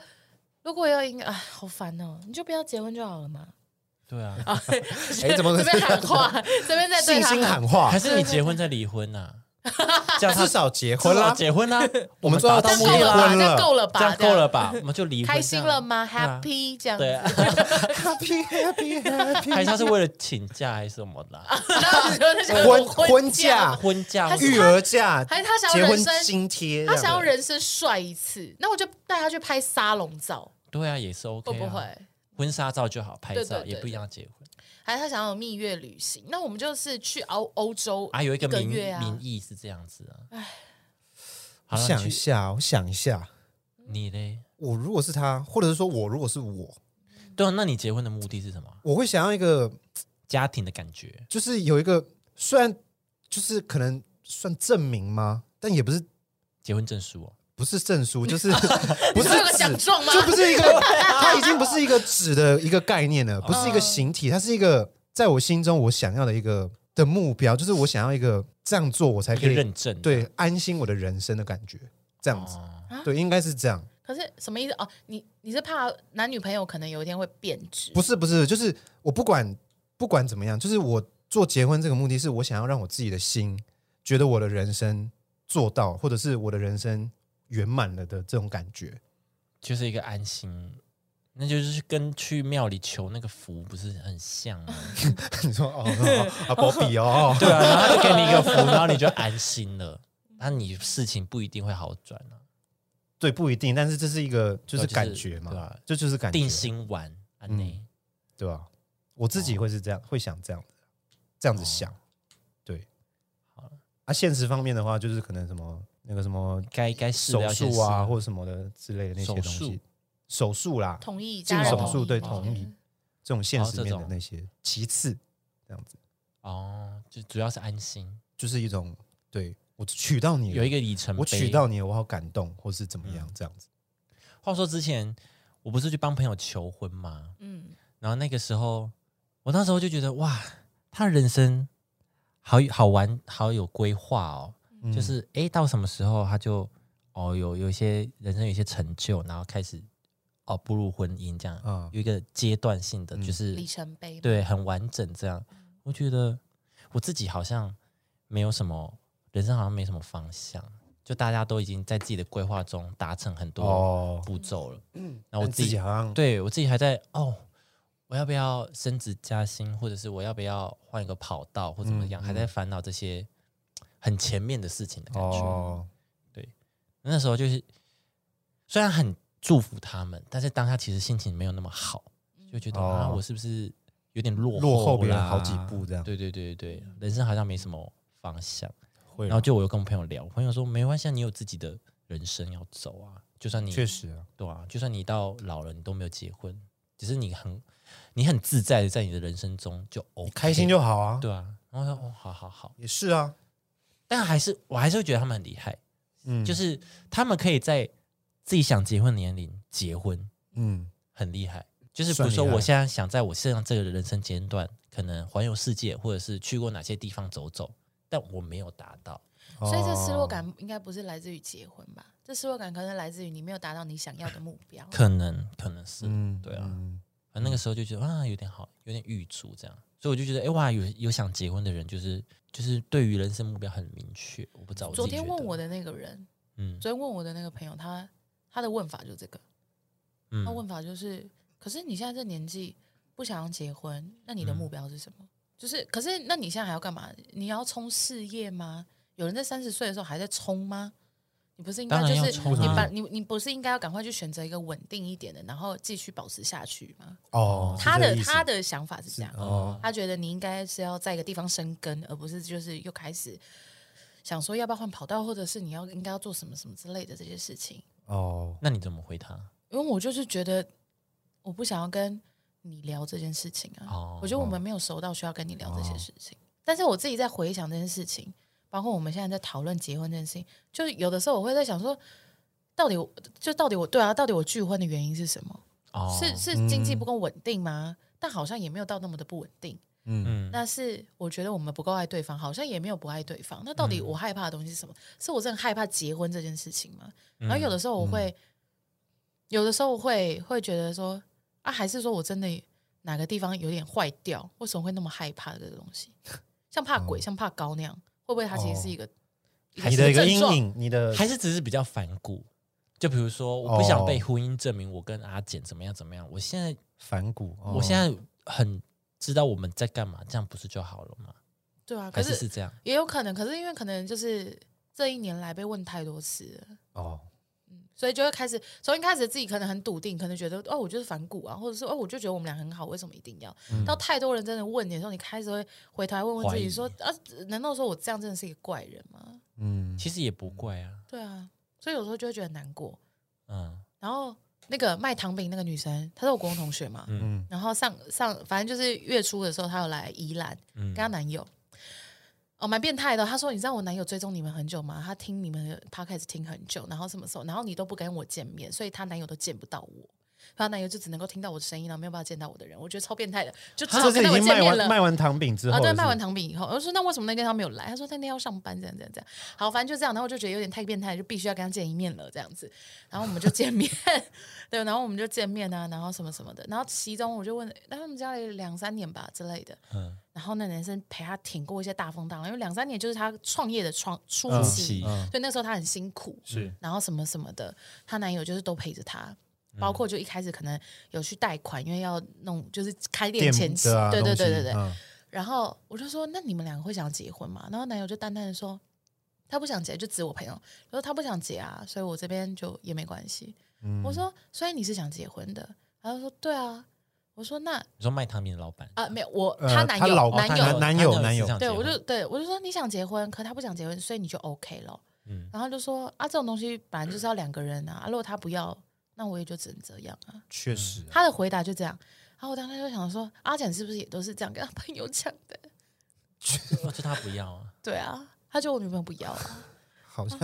Speaker 2: 如果要应该，哎，好烦哦、你就不要结婚就好了嘛。
Speaker 1: 对啊，
Speaker 2: 哦
Speaker 3: 哎怎么
Speaker 2: 这边喊 话， 这边在对
Speaker 3: 信
Speaker 2: 他
Speaker 3: 心
Speaker 2: 喊
Speaker 3: 喊话
Speaker 1: 还，是你结婚再离婚呐？ 这样他
Speaker 3: 至少结
Speaker 1: 至
Speaker 3: 婚
Speaker 1: 少
Speaker 3: 啦，
Speaker 1: 结婚 啦，
Speaker 3: 我们做
Speaker 1: 达
Speaker 3: 到
Speaker 1: 到目
Speaker 2: 够
Speaker 1: 的
Speaker 2: 了
Speaker 1: 啦
Speaker 2: 吧？这
Speaker 3: 婚了啊
Speaker 2: 样够了
Speaker 1: 这
Speaker 2: 吧？
Speaker 1: 样够了吧？我们就离婚，
Speaker 2: 开心了吗
Speaker 1: 对啊
Speaker 2: ？Happy 这样
Speaker 1: 这样？
Speaker 2: 子，
Speaker 1: 对啊，
Speaker 3: happy happy
Speaker 1: 还
Speaker 3: happy，
Speaker 1: 是他是为了请假还是什么的 啊？
Speaker 2: 然后你就在想
Speaker 3: 婚
Speaker 2: 婚
Speaker 3: 婚假、
Speaker 1: 婚假
Speaker 2: 还是
Speaker 3: 育儿假、
Speaker 2: 还是他想
Speaker 3: 结
Speaker 2: 要
Speaker 3: 婚
Speaker 2: 人生
Speaker 3: 津贴，
Speaker 2: 他想要人生帅一次，那我就带他去拍沙龙照，
Speaker 1: 对啊，也是 OK，
Speaker 2: 会
Speaker 1: 啊
Speaker 2: 不会？
Speaker 1: 婚纱照就好，拍
Speaker 2: 对对
Speaker 1: 照
Speaker 2: 对
Speaker 1: 也不一定要结婚
Speaker 2: 还是他想要有蜜月旅行？那我们就是去欧欧洲
Speaker 3: 哎
Speaker 1: 啊。有一个
Speaker 2: 个
Speaker 1: 名
Speaker 2: 月啊，
Speaker 1: 名义是这样子啊。好
Speaker 3: 我
Speaker 1: 了，
Speaker 3: 想
Speaker 1: 你
Speaker 3: 一
Speaker 1: 去
Speaker 3: 下，我想一下，
Speaker 1: 你嘞？
Speaker 3: 我如果是他，或者是说我如果是我，
Speaker 1: 对啊，那你结婚的目的是什么？
Speaker 3: 我会想要一个
Speaker 1: 家庭的感觉。
Speaker 3: 就是有一个虽然就是可能算证明吗？但也不是
Speaker 1: 结婚证书哦，
Speaker 3: 不是证 书，就是
Speaker 2: 你
Speaker 3: 不是
Speaker 2: 说有个奖
Speaker 3: 纸，
Speaker 2: 状吗？
Speaker 3: 就不是一个，它已经不是一个纸的一个概念
Speaker 2: 哦
Speaker 3: 了，不是一个形体，它是一个在我心中我想要的一个的目标，就是我想要一个这样做我才
Speaker 1: 一个
Speaker 3: 可以
Speaker 1: 认证。
Speaker 3: 对安心我的人生的感觉，这样子
Speaker 1: 哦，
Speaker 3: 对，应该是这样，
Speaker 2: 可是什么意思？哦，你你是怕男女朋友可能有一天会变质？
Speaker 3: 不是不是，就是我不管不管怎么样，就是我做结婚这个目的是我想要让我自己的心觉得我的人生做到，或者是我的人生圆满了的这种感觉。
Speaker 1: 就是一个安心，那就是跟去庙里求那个福不是很像 吗？
Speaker 3: 你说哦哦啊，波比哦，
Speaker 1: 对啊，然后他就给你一个福，然后你就安心了，那你事情不一定会好转啊。
Speaker 3: 对，不一定，但是这是一个就是感觉
Speaker 1: 对
Speaker 3: 嘛
Speaker 1: 啊，
Speaker 3: 这就是感觉嗯
Speaker 1: 定，心丸，啊安内、
Speaker 3: 对吧？我自
Speaker 1: 哦
Speaker 3: 己会是这样，会想这样子，这样子想，对。啊，现实方面的话，就是可能什么那个什么
Speaker 1: 该该试的
Speaker 3: 手
Speaker 1: 要先
Speaker 3: 术
Speaker 1: 试
Speaker 3: 啊，或者什么的之类的那些东
Speaker 1: 手术
Speaker 3: 西，手术啦，
Speaker 2: 同意，
Speaker 3: 进
Speaker 2: 家人
Speaker 1: 手
Speaker 2: 同
Speaker 3: 术
Speaker 2: 意
Speaker 3: 对
Speaker 2: 吗
Speaker 3: 同意这种现实面
Speaker 1: 哦这
Speaker 3: 的
Speaker 1: 种
Speaker 3: 那些，其次这样子
Speaker 1: 哦，就主要是安心，
Speaker 3: 就是一种对我娶到你了，
Speaker 1: 有一个嗯里程碑。
Speaker 3: 我娶到你了，我好感动，或是怎么样这样子。
Speaker 1: 话说之前我不是去帮朋友求婚吗？
Speaker 2: 嗯，
Speaker 1: 然后那个时候，我那时候就觉得哇，他人生好好玩，好有规划哦。
Speaker 3: 嗯
Speaker 1: 就是诶，到什么时候他就哦有有一些人生有一些成就，然后开始哦步入婚姻这样，
Speaker 3: 嗯
Speaker 1: 有一个阶段性的，
Speaker 3: 嗯
Speaker 1: 就是
Speaker 2: 里程碑。
Speaker 1: 对很完整这样。我觉得我自己好像没有什么人生，好像没什么方向，就大家都已经在自己的规划中达成很多
Speaker 3: 哦，
Speaker 1: 步骤了。嗯，然
Speaker 3: 那
Speaker 1: 后我自
Speaker 3: 自
Speaker 1: 己
Speaker 3: 己好像
Speaker 1: 对我自己还在哦，我要不要升职加薪，或者是我要不要换一个跑道，或怎
Speaker 3: 嗯
Speaker 1: 么样，还在烦恼这些很前面的事情的感觉。
Speaker 3: 哦，
Speaker 1: 那时候就是虽然很祝福他们，但是当下其实心情没有那么好，
Speaker 2: 嗯
Speaker 1: 就觉得、
Speaker 3: 哦
Speaker 1: 啊，我是不是有点落
Speaker 3: 落后
Speaker 1: 后
Speaker 3: 别人
Speaker 1: 啦
Speaker 3: 好几步这样，嗯
Speaker 1: 对对对对，人生好像没什么方向。
Speaker 3: 会哦
Speaker 1: 然后就我又跟我朋友聊，我朋友说没关系啊，你有自己的人生要走啊，就算你
Speaker 3: 确实啊，
Speaker 1: 对啊，就算你到老了，你都没有结婚，只是你很你很自在的在你的人生中就 OK，
Speaker 3: 开心就好啊，
Speaker 1: 对啊。然后我说哦，好好好，
Speaker 3: 也是啊，
Speaker 1: 但还是我还是会觉得他们很厉害，
Speaker 3: 嗯，
Speaker 1: 就是他们可以在自己想结婚的年龄结婚，
Speaker 3: 嗯，
Speaker 1: 很厉害。就是比
Speaker 3: 算
Speaker 1: 如说，
Speaker 3: 厉害
Speaker 1: 我现在想在我身上这个人生阶段，可能环游世界，或者是去过哪些地方走走，但我没有达到。
Speaker 2: 所以这
Speaker 3: 哦
Speaker 2: 失落感应该不是来自于结婚吧？这失落感可能来自于你没有达到你想要的目标。
Speaker 1: 可能可能是，
Speaker 3: 嗯，
Speaker 1: 对啊
Speaker 3: 嗯
Speaker 1: 反正那个时候就觉得啊，有点好，有点欲足这样，所以我就觉得，哎、哇，有有想结婚的人，就是就是对于人生目标很明确。啊我不知道，
Speaker 2: 昨天问我
Speaker 1: 的，
Speaker 2: 的那个人，
Speaker 1: 嗯
Speaker 2: 昨天问我的那个朋友，他他的问法就这个，他
Speaker 1: 嗯，
Speaker 2: 问法就是，可是你现在这年纪不想要结婚，那你的目标是什么？就是，可是那你现在还要干嘛？你要冲事业吗？有人在三十岁的时候还在冲吗？你不是应该
Speaker 1: 当然
Speaker 2: 就
Speaker 1: 要
Speaker 2: 是
Speaker 1: 冲
Speaker 2: 你
Speaker 1: 啊
Speaker 2: 把你你不是应该要赶快去选择一个稳定一点的，然后继续保持下去吗？
Speaker 3: 哦，
Speaker 2: 他
Speaker 3: 是这
Speaker 2: 的
Speaker 3: 个意思
Speaker 2: 他的想法是
Speaker 1: 嗯
Speaker 2: 这样，
Speaker 3: 哦，
Speaker 2: 他觉得你应该是要在一个地方生根，而不是就是又开始想说要不要换跑道，或者是你要应该要做什么什么之类的这些事情。
Speaker 3: 哦，
Speaker 1: 那你怎么回他？
Speaker 2: 因为我就是觉得我不想要跟你聊这件事情啊，
Speaker 1: 哦
Speaker 2: 我觉得我们没有熟到需要跟你聊这些事情。但是我自己在回想这件事情，包括我们现在在讨论结婚这件事情，就是有的时候我会在想说，到底我就到底我对啊，到底我拒婚的原因是什么？
Speaker 1: 哦，
Speaker 2: 是，是经济不够稳定吗？但好像也没有到那么的不稳定。
Speaker 3: 嗯，
Speaker 1: 嗯，
Speaker 2: 那是我觉得我们不够爱对方，好像也没有不爱对方。那到
Speaker 1: 嗯
Speaker 2: 底我害怕的东西是什么？是我真的害怕结婚这件事情吗？
Speaker 1: 嗯
Speaker 2: 然后有的时候我会，有的时候我会会觉得说啊，还是说我真的哪个地方有点坏掉，为什么会那么害怕这个东西？像怕鬼，像怕高那样，会不会它其实是一个、
Speaker 1: 哦还
Speaker 3: 你
Speaker 1: 是
Speaker 3: 的一个
Speaker 2: 症
Speaker 3: 阴
Speaker 2: 状
Speaker 3: 影，你的
Speaker 1: 还是只是比较反骨。就比如说，我不想被
Speaker 3: 哦
Speaker 1: 婚姻证明我跟阿简怎么样怎么样，我现在
Speaker 3: 反骨，哦
Speaker 1: 我现在很知道我们在干嘛，这样不是就好了吗？
Speaker 2: 对啊？可
Speaker 1: 还是
Speaker 2: 是
Speaker 1: 是这样？
Speaker 2: 也有可能，可是因为可能就是这一年来被问太多次了。
Speaker 3: 哦，
Speaker 2: 所以就会开始，从一开始自己可能很笃定，可能觉得哦，我就是反骨啊，或者是哦，我就觉得我们俩很好，为什么一定要？到太多人真的问你的时候，你开始会回头来问问
Speaker 1: 嗯
Speaker 2: 自
Speaker 1: 怀疑
Speaker 2: 己说啊，难道说我这样真的是一个怪人吗？
Speaker 3: 嗯，
Speaker 1: 其实也不怪啊，
Speaker 2: 对啊，所以有时候就会觉得很难过。
Speaker 1: 嗯
Speaker 2: 然后那个卖糖饼那个女生，她是我国中同学嘛，
Speaker 3: 嗯
Speaker 2: 然后上上反正就是月初的时候，她有来宜兰
Speaker 1: 嗯
Speaker 2: 跟她男友。哦，蛮变态的。她说：“你知道我男友追踪你们很久吗？他听你们的 podcast 听很久，然后什么时候，然后你都不跟我见面，所以她男友都见不到我。她男友就只能够听到我的声音，然后没有办法见到我的人。我觉得超变态的，就只
Speaker 3: 他
Speaker 2: 好
Speaker 3: 这
Speaker 2: 啊跟
Speaker 3: 是已
Speaker 2: 他们
Speaker 3: 经
Speaker 2: 见
Speaker 3: 卖
Speaker 2: 面
Speaker 3: 完
Speaker 2: 了。
Speaker 3: 卖完糖饼之后
Speaker 2: 啊，
Speaker 3: 了，
Speaker 2: 对，
Speaker 3: 是不
Speaker 2: 卖
Speaker 3: 是
Speaker 2: 完糖饼以后，我就说那为什么那天他没有来？他说那天要上班，这样这样这样。好，反正就这样，然后我就觉得有点太变态，就必须要跟他见一面了，这样子。然后我们就见 面， 对，然后我们就见面啊，然后什么什么的。然后其中我就问，那他们家里两三年吧之类的。
Speaker 1: 嗯
Speaker 2: 然后那男生陪他挺过一些大风大浪，因为两三年就是他创业的创初
Speaker 3: 嗯
Speaker 2: 期，
Speaker 3: 嗯
Speaker 2: 所以那时候他很辛苦，
Speaker 3: 是
Speaker 2: 然后什么什么的，她男友就是都陪着她。
Speaker 3: 嗯
Speaker 2: 包括就一开始可能有去贷款，因为要弄就是开店前期，
Speaker 3: 的啊
Speaker 2: 对对
Speaker 3: 东
Speaker 2: 对
Speaker 3: 西
Speaker 2: 对对，
Speaker 3: 嗯
Speaker 2: 然后我就说：“那你们两个会想结婚吗？”然后男友就淡淡的说：“他不想结，就指我朋友。”我说：“他不想结啊，所以我这边就也没关系。我说：“所以你是想结婚的？”然后说：“对啊。”我说：“那
Speaker 1: 你说卖糖饼的老板，
Speaker 2: 啊，没有我、
Speaker 3: 呃
Speaker 2: 他男友
Speaker 3: 她老公
Speaker 2: 男
Speaker 1: 他
Speaker 2: 友
Speaker 3: 男男友男友
Speaker 1: 是这样
Speaker 2: 对
Speaker 1: 结
Speaker 2: 我
Speaker 1: 婚
Speaker 2: 就对我就说你想结婚，可他不想结婚，所以你就 OK 了。
Speaker 1: 嗯
Speaker 2: 然后他就说啊，这种东西本来就是要两个人啊，啊如果他不要，那我也就只能这样啊。”
Speaker 3: 确实啊，
Speaker 2: 他的回答就这样。然后我当时就想说，阿简是不是也都是这样跟他朋友讲的？
Speaker 1: 哦就他不要啊，
Speaker 2: 对啊，他就我女朋友不要啊。
Speaker 3: 好像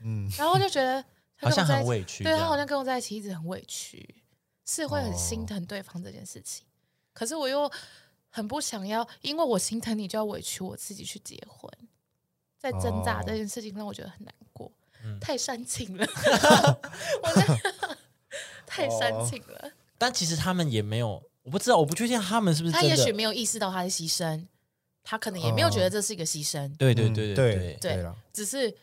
Speaker 3: 嗯，
Speaker 2: 然后就觉得他
Speaker 1: 好
Speaker 2: 跟
Speaker 1: 像
Speaker 2: 我在
Speaker 1: 很
Speaker 2: 一起
Speaker 1: 委屈这
Speaker 2: 对
Speaker 1: 样，
Speaker 2: 他好像跟我在一起一直很委屈，是会很
Speaker 3: 哦
Speaker 2: 心疼对方这件事情。可是我又很不想要，因为我心疼你就要委屈我自己去结婚，在挣扎
Speaker 3: 哦
Speaker 2: 这件事情让我觉得很难过，
Speaker 1: 嗯
Speaker 2: 太煽情 了，我真的太
Speaker 1: 哦
Speaker 2: 煽情了。
Speaker 1: 但其实他们也没有，我不知道，我不确定他们是不是
Speaker 2: 他
Speaker 1: 真
Speaker 2: 也
Speaker 1: 的。嗯
Speaker 2: 许没有意识到他的牺牲，他可能也没有觉得这是一个牺牲，
Speaker 1: 对
Speaker 3: 对
Speaker 1: 对对
Speaker 3: 嗯对
Speaker 1: 对
Speaker 2: 对
Speaker 3: 对了，
Speaker 2: 只是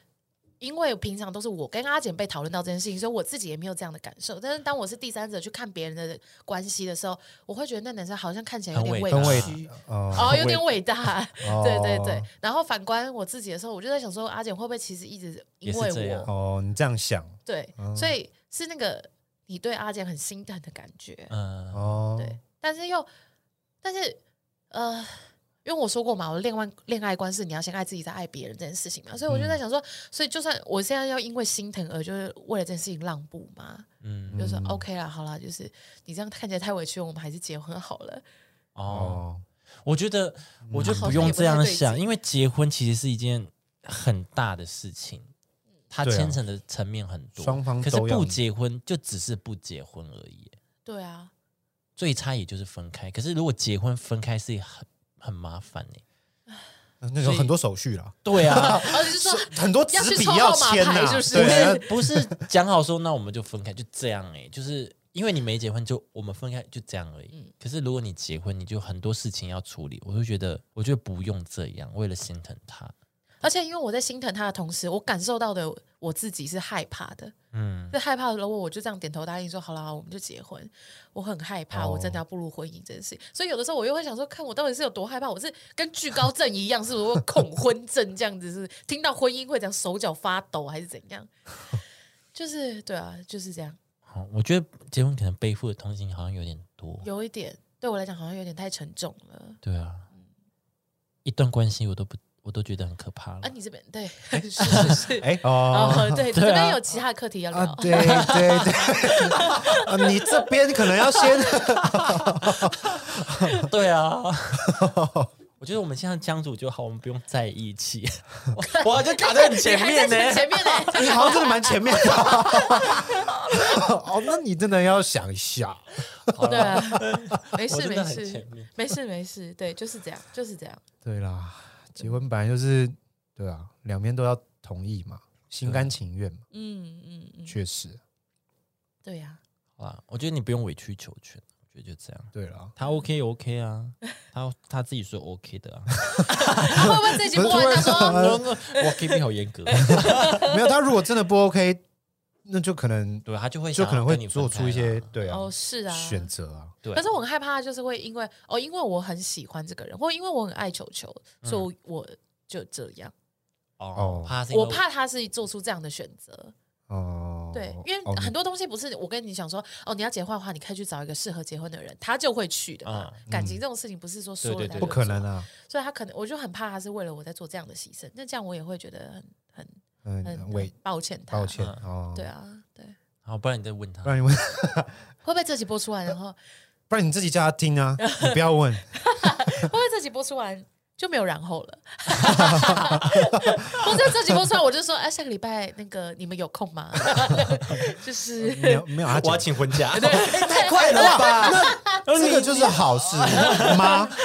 Speaker 2: 因为平常都是我跟阿简被讨论到这件事情，所以我自己也没有这样的感受。但是当我是第三者去看别人的关系的时候，我会觉得那男生好像看起来有点
Speaker 1: 很
Speaker 2: 委
Speaker 1: 伟
Speaker 3: 很伟
Speaker 2: 屈，
Speaker 3: 哦
Speaker 2: 哦，有点伟大。
Speaker 3: 哦
Speaker 2: 对对对。然后反观我自己的时候，我就在想说，阿简会不会其实一直因
Speaker 1: 也
Speaker 2: 为
Speaker 1: 是这
Speaker 2: 我
Speaker 1: 样哦
Speaker 3: 哦，你这样想
Speaker 2: 对，所以是那个你对阿简很心疼的感觉。
Speaker 1: 嗯、
Speaker 3: 哦，
Speaker 2: 对，但是又，但是呃，因为我说过嘛，我的恋爱恋爱观是你要先爱自己，再爱别人这件事情嘛，所以我就在想说，所以就算我现在要因为心疼而就是为了这件事情让步嘛，
Speaker 1: 嗯，
Speaker 2: 就是 OK 啦，好啦，就是你这样看起来太委屈了，我们还是结婚好了。
Speaker 1: 哦，
Speaker 3: 哦，
Speaker 1: 我觉得我觉得
Speaker 2: 好
Speaker 1: 不
Speaker 2: 像
Speaker 1: 用
Speaker 2: 也不
Speaker 1: 这
Speaker 2: 太
Speaker 1: 样
Speaker 2: 对
Speaker 1: 想，
Speaker 2: 劲
Speaker 1: 因为结婚其实是一件很大的事情，它
Speaker 3: 对啊
Speaker 1: 牵扯的层面很多，
Speaker 3: 双方
Speaker 1: 可是
Speaker 3: 都要
Speaker 1: 不结婚就只是不结婚而已，
Speaker 2: 对啊，
Speaker 1: 最差也就是分开。可是如果结婚分开是很很麻烦 呢、
Speaker 3: 那有很多手续啦，
Speaker 1: 对啊，
Speaker 2: 而且是说
Speaker 3: 很多
Speaker 2: 要
Speaker 3: 纸
Speaker 2: 去
Speaker 3: 笔
Speaker 2: 抽
Speaker 3: 要
Speaker 2: 号码
Speaker 3: 签
Speaker 2: 牌
Speaker 3: 呐，
Speaker 2: 是不是
Speaker 1: 不
Speaker 3: 对啊
Speaker 1: 是，不是讲好说那我们就分开，就这样哎、就是因为你没结婚就我们分开就这样而已。
Speaker 2: 嗯
Speaker 1: 可是如果你结婚，你就很多事情要处理，我就觉得我觉得不用这样，为了心疼他，
Speaker 2: 而且因为我在心疼他的同时，我感受到的我自己是害怕的，
Speaker 1: 嗯，
Speaker 2: 是害怕。如果我就这样点头答应说好了，好我们就结婚，我很害怕，
Speaker 3: 哦
Speaker 2: 我真的要步入婚姻这件事。所以有的时候我又会想说，看我到底是有多害怕？我是跟惧高症一样，是不是我有 恐婚症这样子？是听到婚姻会这样手脚发抖，还是怎样？就是对啊，就是这样，
Speaker 1: 好，我觉得结婚可能背负的同情好像有点多，
Speaker 2: 有一点对我来讲好像有点太沉重了。
Speaker 1: 对啊，
Speaker 2: 嗯
Speaker 1: 一段关系我都不我都觉得很可怕了。
Speaker 2: 啊，你这边对， 是是是，
Speaker 3: 哎
Speaker 2: 哦
Speaker 3: 哦，，
Speaker 2: 对，这
Speaker 1: 对啊
Speaker 2: 边有其他课题要
Speaker 3: 啊
Speaker 2: 聊，，
Speaker 3: 对对对， 啊你这边可能要先
Speaker 1: 对啊，我觉得我们现在相处就好，我们不用在一起。 我我就卡在你前面呢、
Speaker 2: 还在前面呢。
Speaker 3: 你好像真的蛮前面的。 哦，那你真的要想一下。
Speaker 2: 对啊，没
Speaker 1: 我
Speaker 2: 事
Speaker 1: 真的
Speaker 2: 没
Speaker 1: 很前
Speaker 2: 事
Speaker 1: 面，
Speaker 2: 没事没事，对，就是这样，就是这样。
Speaker 3: 对啦，结婚本来就是对啊，两边都要同意嘛，心甘情愿嘛，
Speaker 2: 嗯嗯
Speaker 1: 啊
Speaker 2: 嗯，
Speaker 3: 确实。
Speaker 2: 对 呀、
Speaker 1: 好啦，我觉得你不用委曲求全，啊我觉得就这样。
Speaker 3: 对啦，
Speaker 1: 他 OK OK 啊，他他自己说 OK 的啊。
Speaker 2: 会不会这集播完他说
Speaker 1: 我 K B 好严格，啊
Speaker 3: 没有他如果真的不 OK，那就可能
Speaker 1: 对他就会
Speaker 3: 就
Speaker 1: 想
Speaker 3: 可能
Speaker 1: 要
Speaker 3: 会
Speaker 1: 跟你分
Speaker 3: 做出一
Speaker 1: 开啦
Speaker 3: 些对啊
Speaker 2: 哦是啊，
Speaker 3: 选择啊，
Speaker 1: 对，
Speaker 2: 可是我很害怕，就是会因为哦，因为我很喜欢这个人，或因为我很爱球球，
Speaker 3: 嗯
Speaker 2: 所以我就这样。
Speaker 1: 哦
Speaker 3: 哦，
Speaker 1: 怕是因为
Speaker 2: 我怕他是做出这样的选择，
Speaker 3: 哦，
Speaker 2: 对，因为
Speaker 3: 哦
Speaker 2: 很多东西不是我跟你讲说哦，你要结婚的话，你可以去找一个适合结婚的人，他就会去的
Speaker 3: 啊
Speaker 2: 嘛。
Speaker 3: 嗯
Speaker 2: 感情这种事情不是说说
Speaker 1: 对对
Speaker 2: 了他
Speaker 1: 对
Speaker 2: 就
Speaker 3: 不可
Speaker 2: 做
Speaker 3: 能啊，
Speaker 2: 所以他可能我就很怕他是为了我在做这样的牺牲，那这样我也会觉得很很
Speaker 3: 嗯，
Speaker 2: 很
Speaker 3: 委
Speaker 2: 很抱歉他，
Speaker 3: 抱歉
Speaker 1: 嗯
Speaker 3: 哦，
Speaker 2: 对，啊，对，
Speaker 1: 好，不然你再问他
Speaker 3: 不。然你问，
Speaker 2: 会不会这集播出完，然后
Speaker 3: 不然你自己叫他听 啊，你不要问，
Speaker 2: 会不会这集播出完就没有然后了？ 或者这集播出完我就说，哎、下个礼拜那个你们有空吗？ 就是
Speaker 3: 呃没有没有，他
Speaker 1: 我要
Speaker 3: 讲
Speaker 1: 请婚假，
Speaker 3: 太快了吧？ 那这个就是好事吗？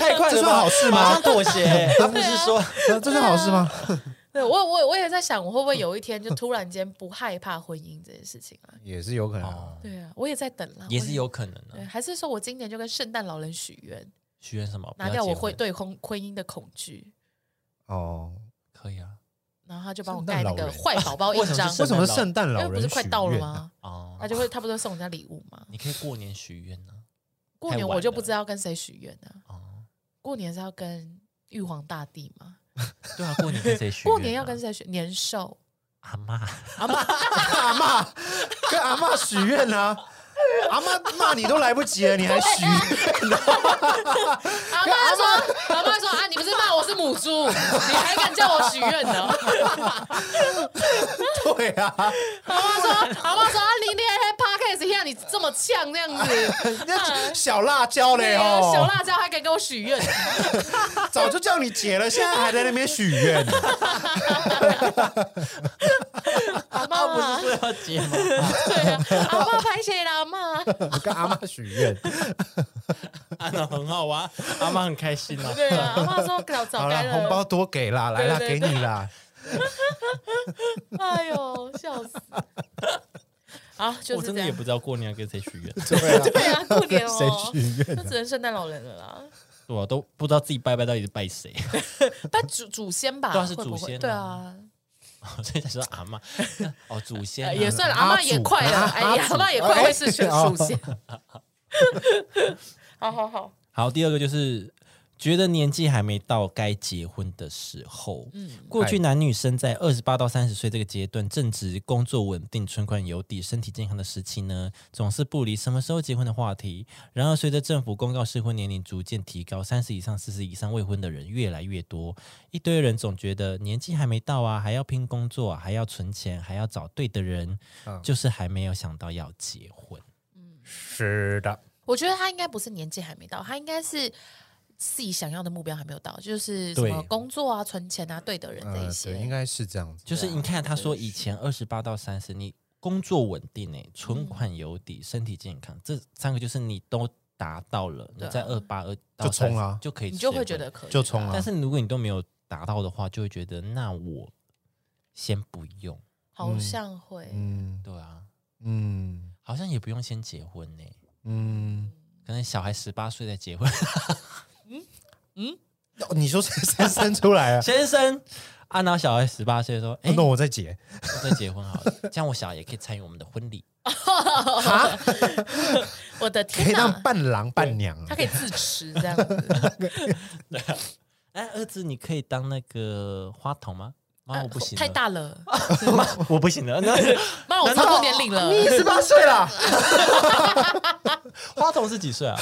Speaker 1: 太快
Speaker 3: 这
Speaker 1: 了
Speaker 3: 算
Speaker 1: 吧，
Speaker 3: 好事
Speaker 1: 马
Speaker 3: 吗
Speaker 1: 上？ 妥协。他不是说
Speaker 3: 这算好事吗？
Speaker 2: 对我我我也在想，我会不会有一天就突然间不害怕婚姻这件事情啊？
Speaker 3: 也是有可能啊。
Speaker 2: 对啊，我也在等啦，
Speaker 1: 哦也是
Speaker 2: 我
Speaker 1: 有可能
Speaker 2: 对，
Speaker 1: 的，
Speaker 2: 还是说我今年就跟圣诞老人许愿，
Speaker 1: 许愿什么？
Speaker 2: 拿掉我
Speaker 1: 会
Speaker 2: 会对婚婚姻的恐惧。
Speaker 3: 哦，
Speaker 1: 可以啊。
Speaker 2: 然后他就帮我
Speaker 3: 圣诞
Speaker 2: 盖那
Speaker 3: 老
Speaker 2: 个
Speaker 3: 人
Speaker 2: 坏宝宝印
Speaker 1: 为什么
Speaker 2: 章
Speaker 1: 是，圣
Speaker 3: 为什么圣诞
Speaker 2: 因
Speaker 3: 老
Speaker 2: 为
Speaker 3: 人啊
Speaker 2: 哎不是快
Speaker 3: 许
Speaker 2: 到了
Speaker 3: 愿啊？
Speaker 2: 吗？
Speaker 1: 哦
Speaker 2: 他，就会他不是会送人家礼物吗？
Speaker 1: 你可以过年许愿呢。
Speaker 2: 过年
Speaker 1: 晚
Speaker 2: 我就
Speaker 1: 了
Speaker 2: 不知道跟谁许愿啊呢。
Speaker 1: 哦，
Speaker 2: 过年是要跟玉皇大帝吗？
Speaker 1: 对啊，过年跟谁许愿啊？
Speaker 2: 过年要跟谁许？年兽
Speaker 1: 阿妈。
Speaker 3: 阿妈跟阿妈许愿啊， 阿妈骂你都来不及了，你还许愿 呢？
Speaker 2: 阿妈说，阿妈说啊，你不是骂我是母 猪，你还敢叫我许愿呢？
Speaker 3: 对啊，
Speaker 2: 阿妈说，阿妈说啊，你那还 podcast 让你这么呛这 样子，
Speaker 3: 那小辣椒
Speaker 2: 对
Speaker 3: 嘞
Speaker 2: 啊，小
Speaker 3: 哦，
Speaker 2: 辣椒还敢跟我许愿？
Speaker 3: 早就叫你姐了，现在还在那边 许愿，
Speaker 2: 阿妈
Speaker 1: 啊不是说要结吗？
Speaker 2: 对啊，阿妈拍谁啦？阿妈。
Speaker 3: 跟阿妈许愿。
Speaker 1: 啊，那很好啊，阿妈很开心啊。
Speaker 2: 对啊，阿妈说早早
Speaker 3: 好
Speaker 2: 该
Speaker 3: 啦，
Speaker 2: 了，
Speaker 3: 红包多给啦，来啦，
Speaker 2: 对
Speaker 3: 给
Speaker 2: 对
Speaker 3: 你啦。
Speaker 2: 哎呦，笑死！啊，就
Speaker 1: 我真
Speaker 2: 是这
Speaker 1: 的也
Speaker 2: 样
Speaker 1: 不。知道过年要跟谁许愿，
Speaker 3: 对 啊，
Speaker 2: 对啊，过年
Speaker 3: 谁
Speaker 2: 哦，
Speaker 3: 许 愿
Speaker 1: 啊
Speaker 2: 就？只能圣诞老人了啦。
Speaker 1: 对啊，都不知道自己拜拜到底是拜谁。
Speaker 2: 但祖祖先吧，
Speaker 1: 对啊是
Speaker 2: 会不会
Speaker 1: 祖先啊
Speaker 2: 对啊，
Speaker 1: 所以才说阿妈 哦，祖先啊
Speaker 2: 呃也算了，阿
Speaker 3: 阿
Speaker 2: 嬷也
Speaker 3: 祖
Speaker 2: 快了，
Speaker 3: 啊
Speaker 2: 哎
Speaker 3: 阿
Speaker 2: 呀，
Speaker 3: 祖
Speaker 2: 阿嬷也
Speaker 3: 哎
Speaker 2: 快会是选
Speaker 3: 哦
Speaker 2: 属 相。好好好，
Speaker 1: 好，第二个就是觉得年纪还没到该结婚的时候。嗯，过去男女生在二十八到三十岁这个阶段，正值工作稳定、存款有底、身体健康的时期呢，总是不离什么时候结婚的话题。然而，随着政府公告适婚年龄逐渐提高，三十以上、四十以上未婚的人越来越多，一堆人总觉得年纪还没到啊，还要拼工作、啊，还要存钱，还要找对的人，
Speaker 3: 嗯
Speaker 1: 就是还没有想到要结婚。
Speaker 3: 是的，
Speaker 2: 我觉得他应该不是年纪还没到，他应该是自己想要的目标还没有到，就是什么
Speaker 1: 对
Speaker 2: 工作啊、存钱啊、对的人这
Speaker 3: 呃
Speaker 2: 一，
Speaker 3: 对，应
Speaker 2: 些。
Speaker 3: 该是这样子。
Speaker 1: 就是
Speaker 2: 对啊
Speaker 1: 你看他说以前二十八到三十，你工作稳定
Speaker 2: 嗯
Speaker 1: 诶、存款有底，身体健康，这三个就是你都达到了，你
Speaker 2: 对啊
Speaker 1: 在二八二
Speaker 3: 就冲啊
Speaker 1: 就可以，
Speaker 2: 你就会觉得。可以，
Speaker 3: 就冲啊
Speaker 1: 但是如果你都没有达到的话，就会觉得那我先不用，
Speaker 2: 好像会。
Speaker 3: 嗯
Speaker 1: 对啊，
Speaker 3: 嗯
Speaker 1: 好像也不用先结婚呢、
Speaker 3: 嗯，
Speaker 1: 可能小孩十八岁再结婚，
Speaker 3: 哦你说 是生生出来啊？
Speaker 1: 先生按照小孩十八岁说，哎、
Speaker 3: 哦那我再解，
Speaker 1: 再结婚好 了，这样我小孩也可以参与我们的婚礼。
Speaker 2: 我的
Speaker 3: 可以
Speaker 2: 天
Speaker 3: 当
Speaker 2: 哪，
Speaker 3: 伴郎伴娘啊
Speaker 2: 他可以自持这样子。
Speaker 1: 哎，儿子，你可以当那个花童吗？妈，我不行了，
Speaker 2: 呃太大 了，
Speaker 1: 我不行了，那
Speaker 2: 妈，我超过年龄了。
Speaker 3: 哎十八岁了，
Speaker 1: 花童是几岁 啊？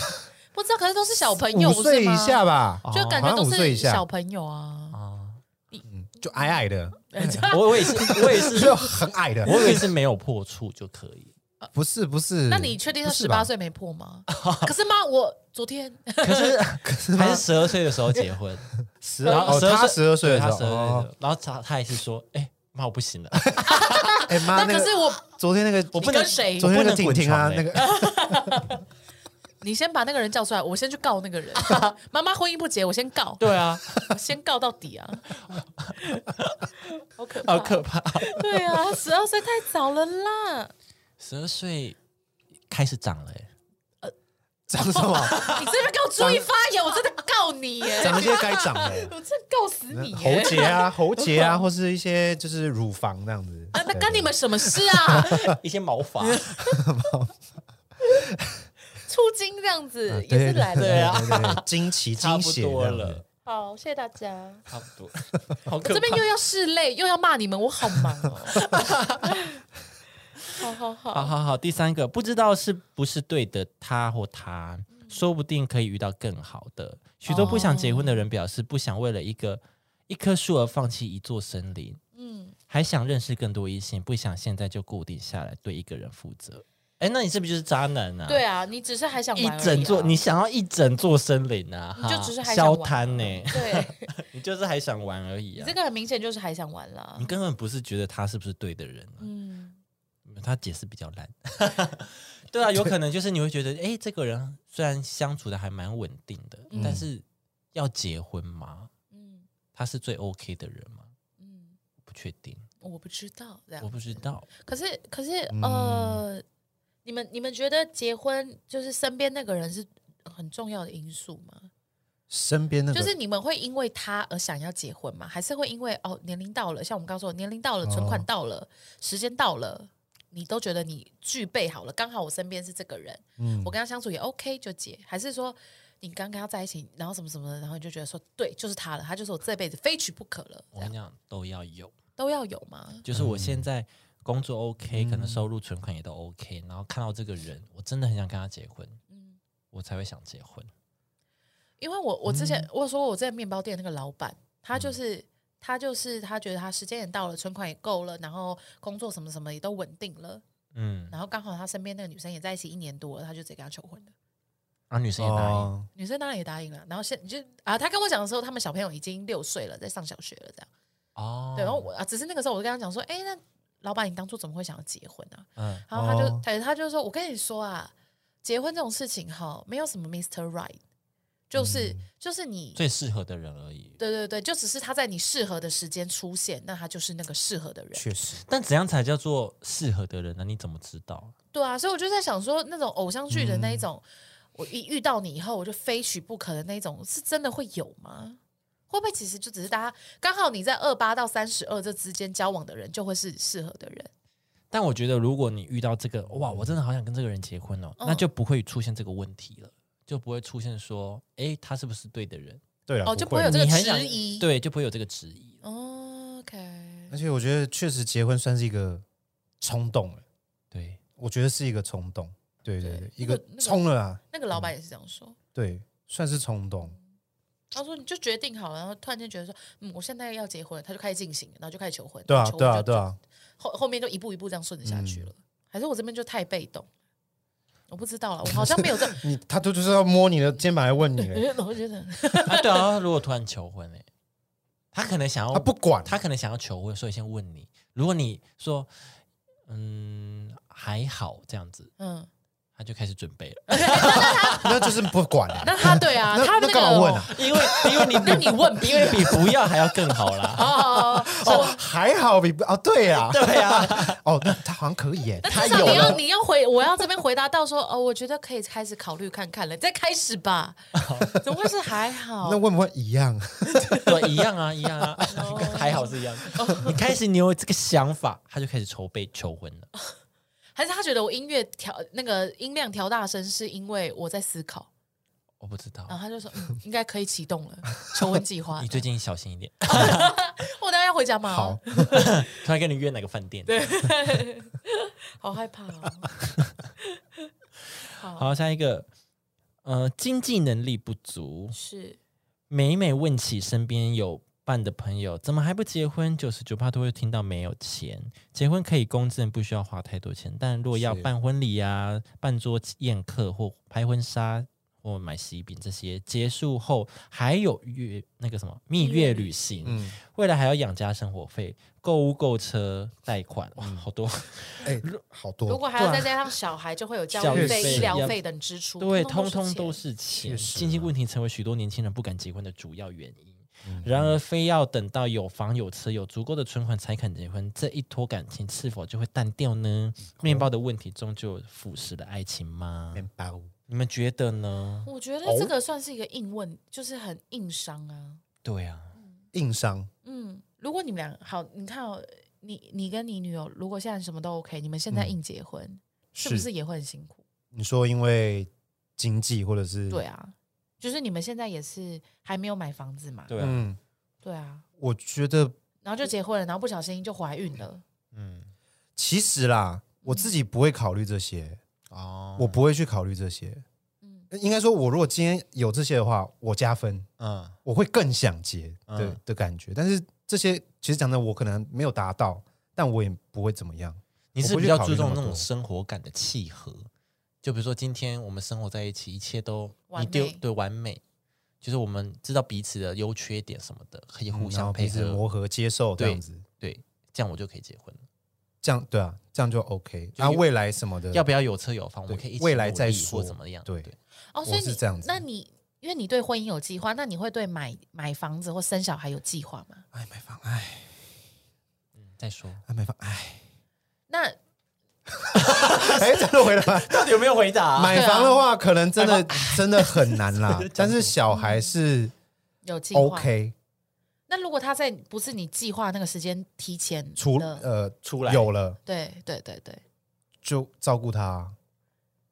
Speaker 2: 不知道，可是都呃是小朋友，
Speaker 3: 五岁
Speaker 2: 不是
Speaker 3: 以
Speaker 2: 吗哦
Speaker 3: 下，吧，
Speaker 2: 就感觉
Speaker 3: 好像
Speaker 2: 都
Speaker 3: 五岁
Speaker 2: 是
Speaker 3: 以下
Speaker 2: 小朋友啊。
Speaker 1: 啊，
Speaker 3: 嗯就矮矮的，
Speaker 1: 哎我我也是，我也是，
Speaker 3: 就很矮的。
Speaker 1: 我以为是没有破处就可以。
Speaker 3: 不是不是，
Speaker 2: 那你确定他
Speaker 3: 不是
Speaker 2: 十
Speaker 3: 吧
Speaker 2: 八？岁没破 吗？可是妈，我昨天
Speaker 1: 可是还是十二岁的时候结婚，
Speaker 3: 十
Speaker 1: 然后
Speaker 3: 哦，他十二
Speaker 1: 12
Speaker 3: 岁的
Speaker 1: 对
Speaker 3: 时
Speaker 1: 他十二岁的
Speaker 3: 候
Speaker 1: 时
Speaker 3: 哦，
Speaker 1: 候，然后他他也是说，哎，妈，我不行 了，
Speaker 3: 哎妈，
Speaker 2: 那可
Speaker 3: 那
Speaker 2: 是
Speaker 3: 个
Speaker 2: 我，
Speaker 3: 昨天那个
Speaker 1: 我
Speaker 2: 你
Speaker 1: 不能
Speaker 2: 跟谁
Speaker 3: 昨天那
Speaker 1: 我不
Speaker 3: 个
Speaker 1: 能
Speaker 3: 婷婷啊，
Speaker 1: 滚床欸
Speaker 3: 那
Speaker 1: 嘞
Speaker 3: 个
Speaker 2: 你先把那个人叫出来，我先去告那个 人。妈妈婚姻不结，我先告，
Speaker 1: 对啊，
Speaker 2: 我先告到底啊！好可怕，
Speaker 1: 好可 怕。
Speaker 2: 对啊，十二岁太早了啦。
Speaker 1: 十二岁开始长了，哎
Speaker 3: 长什么？
Speaker 2: 你这边给我注意发言，我真的告你耶！
Speaker 3: 长一些该 长的，
Speaker 2: 我真的告死你
Speaker 3: 喉
Speaker 2: 耶！
Speaker 3: 结 啊、喉结啊，或是一些就是乳房那样子。
Speaker 2: 啊，那
Speaker 3: 对
Speaker 2: 干你们什么事 啊？
Speaker 1: 一些毛发，
Speaker 2: 出金这样子
Speaker 3: 对
Speaker 2: 也
Speaker 3: 对
Speaker 2: 是来了。
Speaker 1: 对啊，
Speaker 3: 对对对经 期
Speaker 1: 差
Speaker 3: 经
Speaker 1: 不
Speaker 3: 血
Speaker 1: 多
Speaker 3: 这样子
Speaker 1: 了，，
Speaker 2: 好，谢谢大家。
Speaker 1: 差不多， 好可
Speaker 2: 这边
Speaker 1: 怕
Speaker 2: 又。要拭泪，又要骂你们，我好忙哦。 好好
Speaker 1: 好
Speaker 2: 好，
Speaker 1: 啊好好，第三个不知道是不是对的他或她，说不定可以遇到更好的。许多不想结婚的人表示不想为了一个一棵树而放弃一座森林，
Speaker 2: 嗯，
Speaker 1: 还想认识更多异性，不想现在就固定下来对一个人负责。哎，那你是不是就是渣男啊？
Speaker 2: 对啊，你只是还想玩而已啊
Speaker 1: 一整座，你想要一整座森林啊？
Speaker 2: 你就
Speaker 1: 哈
Speaker 2: 只是还想
Speaker 1: 消
Speaker 2: 玩
Speaker 1: 摊呢、
Speaker 2: 对
Speaker 1: 你就是还想玩而已
Speaker 2: 你
Speaker 1: 啊
Speaker 2: 这。个很明显就是还想玩啦
Speaker 1: 你。根本不是觉得他是不是对的人、啊，
Speaker 2: 嗯，
Speaker 1: 他解释比较烂。 对啊，有可能就是你会觉得，哎，这个人虽然相处的还蛮稳定的，
Speaker 2: 嗯
Speaker 1: 但是要结婚吗？
Speaker 2: 嗯
Speaker 1: 他是最 OK 的人吗？
Speaker 2: 嗯，
Speaker 1: 不确定，
Speaker 2: 我不知道这
Speaker 1: 我
Speaker 2: 样。
Speaker 1: 不嗯知道。
Speaker 2: 可是可是呃，你们你们觉得结婚就是身边那个人是很重要的因素吗？
Speaker 3: 身边那个
Speaker 2: 就是你们会因为他而想要结婚吗？还是会因为哦年龄到了，像我们刚刚说的年龄到了，存款
Speaker 3: 哦
Speaker 2: 到了，时间到了，你都觉得你具备好了，刚好我身边是这个人，
Speaker 3: 嗯
Speaker 2: 我跟他相处也 OK 就结，还是说你刚跟他在一起，然后什么什么的，然后你就觉得说对，就是他了，他就是我这辈子非娶不可了，
Speaker 1: 我
Speaker 2: 这
Speaker 1: 跟
Speaker 2: 样
Speaker 1: 你讲，都要有。
Speaker 2: 都要有吗？
Speaker 1: 就是我现在工作 OK，、可能收入、存款也都 OK，然后看到这个人，我真的很想跟他结婚，
Speaker 2: 嗯
Speaker 1: 我才会想结婚。
Speaker 2: 因为我我之
Speaker 3: 嗯
Speaker 2: 前、我有说过我在面包店那个老板，他就是、他就是他觉得他时间也到了，存款也够了，然后工作什么什么也都稳定了，
Speaker 1: 嗯，
Speaker 2: 然后刚好他身边那个女生也在一起一年多了，他就直接跟他求婚了。
Speaker 1: 啊，女生也答应。
Speaker 3: 哦，
Speaker 2: 女生当然也答应了，然后现就啊，他跟我讲的时候，他们小朋友已经六岁了，在上小学了，这样。
Speaker 1: 哦，
Speaker 2: 对，然后我啊，只是那个时候我就跟他讲说，哎、那老板你当初怎么会想要结婚啊？
Speaker 1: 嗯，
Speaker 2: 然后他就、
Speaker 3: 哦
Speaker 2: 对他就说，我跟你说啊，结婚这种事情哈，没有什么 Mr. Right，就是、就是你
Speaker 1: 嗯最适合的人而已。
Speaker 2: 对对对，就只是他在你适合的时间出现，那他就是那个适合的人。
Speaker 3: 确实，
Speaker 1: 但怎样才叫做适合的人呢？你怎么知道？
Speaker 2: 对啊，所以我就在想说，那种偶像剧的
Speaker 3: 嗯
Speaker 2: 那一种，我一遇到你以后，我就非娶不可的那一种，是真的会有吗？会不会其实就只是大家刚好你在二八到三十二这之间交往的人，就会是适合的人？
Speaker 1: 但我觉得，如果你遇到这个，哇，我真的好想跟这个人结婚哦，
Speaker 2: 嗯
Speaker 1: 那就不会出现这个问题了，就不会出现说，哎，他是不是对的人？
Speaker 3: 对了，
Speaker 2: 哦就不
Speaker 3: 不
Speaker 2: 会有这个
Speaker 1: 你很想
Speaker 2: 质疑
Speaker 1: 对，就不会有这个质疑了。
Speaker 2: 哦，OK，
Speaker 3: 而且我觉得确实结婚算是一个冲动了，
Speaker 1: 对，
Speaker 3: 我觉得是一个冲动，对对
Speaker 2: 对
Speaker 3: 对，
Speaker 2: 那
Speaker 3: 一
Speaker 2: 个
Speaker 3: 个
Speaker 2: 那个
Speaker 3: 冲了啊，
Speaker 2: 那个老板也是这样说。
Speaker 3: 对，算是冲动，
Speaker 2: 他说：“你就决定好了。”然后突然间觉得说：“嗯，我现在要结婚了。”他就开始进行，然后就开始求婚。
Speaker 3: 对啊
Speaker 2: 求婚
Speaker 3: 对啊
Speaker 2: 就
Speaker 3: 对，啊，嗯
Speaker 2: 就后后面就一步一步这样顺着下去了。还是我这边就太被动，我不知道了。我好像没有 这，
Speaker 3: 你他就就是要摸你的肩膀来问你了，
Speaker 2: 我觉得
Speaker 1: 啊，对啊，如果突然求婚呢、他可能想
Speaker 2: 嗯
Speaker 1: 要
Speaker 3: 他啊不管，
Speaker 1: 他可能想要求婚，所以先问你。如果你说，嗯，还好这样子，
Speaker 2: 嗯，
Speaker 1: 他就开始准备了，
Speaker 3: 那就是不管啊，
Speaker 2: 那他对啊，
Speaker 3: 那
Speaker 2: 他
Speaker 3: 那
Speaker 2: 个
Speaker 3: 干嘛问啊？
Speaker 1: 因为因为你
Speaker 2: 那你问
Speaker 1: 因为比不要还要更好啦。
Speaker 2: 哦，
Speaker 3: 哦，还好比不哦，对呀，
Speaker 1: 对啊呀，
Speaker 3: 哦，那他好像可以耶，
Speaker 2: 那至
Speaker 1: 啊
Speaker 2: 少你要你要回，我要这边回答到说，哦，我觉得可以开始考虑看看了，你再开 始吧。怎么会是还好
Speaker 3: 那？问不问一样？
Speaker 1: 对，一样啊，一样啊， 还好是一样。你开始你有这个想法，他就开始筹备求婚了。
Speaker 2: 还是他觉得我音乐调那个音量调大声，是因为我在思考，
Speaker 1: 我不知道
Speaker 2: 然，后他就说， 嗯，应该可以启动了，求婚计划
Speaker 1: 你。最近小心一点，
Speaker 2: 我等下要回家吗？
Speaker 3: 好，
Speaker 1: 突然跟你约哪个饭店？
Speaker 2: 对， 好害怕 哦。好，
Speaker 1: 好，下一个，呃，经济能力不足，
Speaker 2: 是
Speaker 1: 每每问起身边有伴的朋友，怎么还不结婚？九十九趴都会听到没有钱。结婚可以公证，不需要花太多钱，但若要
Speaker 3: 是
Speaker 1: 办婚礼啊、办桌宴客或拍婚纱或买喜饼这些，结束后还有月那个什么蜜月旅行，
Speaker 3: 嗯，
Speaker 1: 未来还要养家生活费、购物、购车、贷款，
Speaker 3: 嗯
Speaker 1: 哇，好多。
Speaker 3: 哎，好
Speaker 2: 如
Speaker 3: 多，
Speaker 2: 果还要再加上小孩，就会有教育
Speaker 3: 教育
Speaker 2: 费、
Speaker 3: 费
Speaker 2: 医疗费等支出，
Speaker 1: 对，
Speaker 2: 通
Speaker 1: 通通都
Speaker 2: 钱
Speaker 1: 是钱。
Speaker 3: 确实
Speaker 1: 经济
Speaker 3: 啊
Speaker 1: 问题成为许多年轻人不敢结婚的主要原因。
Speaker 3: 嗯
Speaker 1: 然而，非要等到有房有车、有足够的存款才肯结婚，这一拖感情是否就会淡掉呢？
Speaker 3: 嗯
Speaker 1: 面包的问题终究腐蚀了爱情吗？
Speaker 3: 面包，
Speaker 1: 你们觉得呢？
Speaker 2: 我觉得
Speaker 3: 哦
Speaker 2: 这个算是一个硬问，就是很硬伤啊。
Speaker 1: 对啊，
Speaker 3: 硬伤，
Speaker 2: 嗯，如果你们俩好，你看哦，你你跟你女友如果现在什么都 OK，你们现在
Speaker 3: 嗯
Speaker 2: 硬结婚，是不是也会很辛苦？
Speaker 3: 你说因为经济或者是
Speaker 2: 对，啊，就是你们现在也是还没有买房子嘛，
Speaker 1: 对啊，
Speaker 3: 嗯，
Speaker 2: 对啊，
Speaker 3: 我觉得
Speaker 2: 然后就结婚了，然后不小心就怀孕了，
Speaker 1: 嗯，
Speaker 3: 其实啦，我自己不会考虑这些，
Speaker 1: 哦
Speaker 3: 我不会去考虑这些。
Speaker 2: 嗯，
Speaker 3: 应该说，我如果今天有这些的话，我加分，
Speaker 1: 嗯，
Speaker 3: 我会更想结的、
Speaker 1: 嗯
Speaker 3: 的感觉。但是这些其实讲真的，我可能没有达到，但我也不会怎么样。
Speaker 1: 你是
Speaker 3: 我不
Speaker 1: 比
Speaker 3: 去
Speaker 1: 较
Speaker 3: 考虑
Speaker 1: 注重
Speaker 3: 那么
Speaker 1: 那种
Speaker 3: 多
Speaker 1: 生活感的契合，就比如说今天我们生活在一起，一切都
Speaker 2: 完
Speaker 1: 你丢
Speaker 2: 美
Speaker 1: 对完美，就是我们知道彼此的优缺点什么的，可以
Speaker 3: 嗯
Speaker 1: 互
Speaker 3: 然后
Speaker 1: 相
Speaker 3: 彼
Speaker 1: 配
Speaker 3: 此
Speaker 1: 合，
Speaker 3: 磨合、接受这
Speaker 1: 对
Speaker 3: 样子，
Speaker 1: 对，这样我就可以结婚了。
Speaker 3: 这样对啊，这样就 OK。
Speaker 1: 就
Speaker 3: 那
Speaker 1: 有
Speaker 3: 未来什么的，
Speaker 1: 要不要有车有房，我们
Speaker 3: 对
Speaker 1: 可以一起
Speaker 3: 未来
Speaker 1: 努
Speaker 3: 再
Speaker 1: 力
Speaker 3: 说
Speaker 1: 或怎么样？
Speaker 3: 对
Speaker 2: 哦，所以
Speaker 3: 我是
Speaker 2: 你
Speaker 3: 这样子
Speaker 2: 那你因为你对婚姻有计划，那你会对买买房子或生小孩有计划吗？
Speaker 3: 哎买房，哎
Speaker 1: 嗯再说，
Speaker 3: 哎买房，哎
Speaker 2: 那
Speaker 3: 哎，真的回答。
Speaker 1: 到底有没有回答
Speaker 3: 买
Speaker 2: 对啊
Speaker 3: 房的话，可能真的真的很 难啦。但是小孩是
Speaker 2: 有计划
Speaker 3: OK，
Speaker 2: 那如果他在不是你计划那个时间提前
Speaker 3: 除
Speaker 2: 了
Speaker 3: 呃
Speaker 1: 嗯出来
Speaker 3: 有了
Speaker 2: 对对对对，
Speaker 3: 就照顾他啊。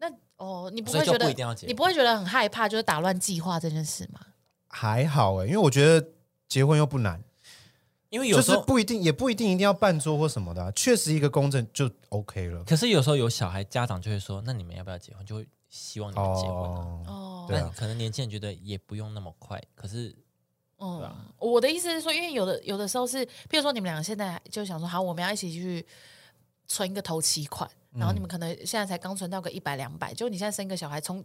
Speaker 2: 那哦，你不
Speaker 1: 所以
Speaker 2: 会
Speaker 1: 就
Speaker 2: 觉
Speaker 1: 不
Speaker 2: 得
Speaker 1: 一定要结
Speaker 2: 你不会觉得很害怕，就是打乱计划这件事吗？
Speaker 3: 还好哎、因为我觉得结婚又不难，
Speaker 1: 因为有
Speaker 3: 就
Speaker 1: 时
Speaker 3: 是
Speaker 1: 候，
Speaker 3: 不一定，也不一定一定要办桌或什么的啊、确实一个公证就 OK 了。
Speaker 1: 可是有时候有小孩，家长就会说，那你们要不要结婚？就会希望你们结婚啊。
Speaker 3: 哦，
Speaker 2: 哦，
Speaker 3: 对啊
Speaker 1: 但可能年轻人觉得也不用那么快，可是对
Speaker 2: 嗯
Speaker 1: 啊，
Speaker 2: 我的意思是说，因为有的有的时候是，譬如说你们两个现在就想说，好，我们要一起去存一个头期款，
Speaker 3: 嗯
Speaker 2: 然后你们可能现在才刚存到个一百两百，就你现在生一个小孩，从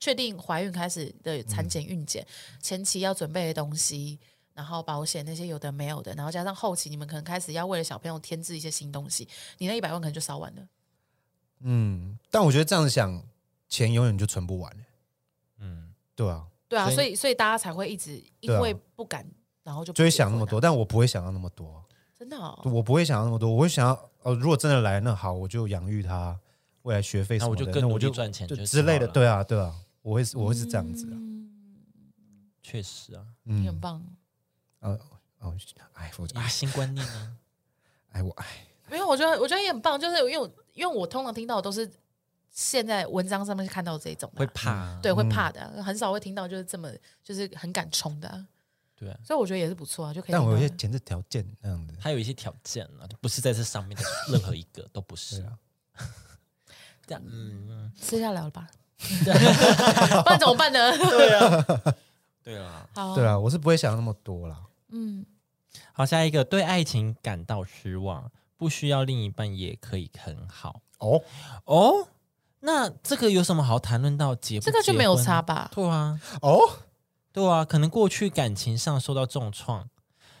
Speaker 2: 确定怀孕开始的产
Speaker 3: 嗯
Speaker 2: 检、孕检，前期要准备的东西。然后保险那些有的没有的，然后加上后期你们可能开始要为了小朋友添置一些新东西，你那一百万可能就烧完了。
Speaker 3: 嗯，但我觉得这样想，钱永远就存不完、欸，
Speaker 1: 嗯，
Speaker 3: 对啊，
Speaker 2: 对啊，
Speaker 1: 所以
Speaker 2: 所以所以大家才会一直因
Speaker 3: 对啊
Speaker 2: 为不敢，然后就不
Speaker 3: 就会
Speaker 2: 结
Speaker 3: 想那
Speaker 2: 婚
Speaker 3: 么
Speaker 2: 啊
Speaker 3: 多，，但我不会想到那么多，
Speaker 2: 真的、哦。
Speaker 3: 我不会想到那么多，我会想要哦，如果真的来，那好，我就养育他，未来学费什
Speaker 1: 那我
Speaker 3: 么
Speaker 1: 就
Speaker 3: 的，
Speaker 1: 更
Speaker 3: 那
Speaker 1: 努
Speaker 3: 我
Speaker 1: 力
Speaker 3: 就
Speaker 1: 赚钱
Speaker 3: 就
Speaker 1: 就
Speaker 3: 之类
Speaker 1: 好
Speaker 3: 的，
Speaker 1: 了嗯
Speaker 3: 对啊，对啊，我会是我会是这样子、啊，
Speaker 2: 嗯，
Speaker 1: 确实啊，
Speaker 2: 你
Speaker 3: 嗯
Speaker 2: 很，棒。
Speaker 3: 呃哦，哎我
Speaker 1: 你的
Speaker 3: 哎
Speaker 1: 新观念啊 呢？
Speaker 3: 哎我哎
Speaker 2: 没有，我觉得我觉得也很棒，就是因为我因为我通常听到的都是现在文章上面看到这种的
Speaker 1: 会
Speaker 2: 啊、
Speaker 1: 怕，
Speaker 2: 对，会
Speaker 3: 嗯
Speaker 2: 怕的啊、很少会听到就是这么就是很敢冲的啊、
Speaker 1: 对啊，
Speaker 2: 所以我觉得也是不错啊，就可以听
Speaker 3: 但
Speaker 2: 到。
Speaker 3: 我有一些前置条件那样子，
Speaker 1: 它有一些条件啊，不是在这上面的任何一个都不
Speaker 3: 对
Speaker 1: 是。
Speaker 3: 啊，
Speaker 1: 这样，嗯，
Speaker 2: 私下聊了 吧，不然怎么办呢？
Speaker 1: 对啊。
Speaker 2: 好，
Speaker 3: 啊对啊，我是不会想那么多啦。
Speaker 2: 嗯，
Speaker 1: 好，下一个，对爱情感到失望，不需要另一半也可以很好
Speaker 3: 哦，
Speaker 1: 哦。那这个有什么好谈论到结不
Speaker 2: 这个就
Speaker 1: 结
Speaker 2: 没有
Speaker 1: 婚
Speaker 2: 差吧？
Speaker 1: 对啊，
Speaker 3: 哦，
Speaker 1: 对啊，可能过去感情上受到重创，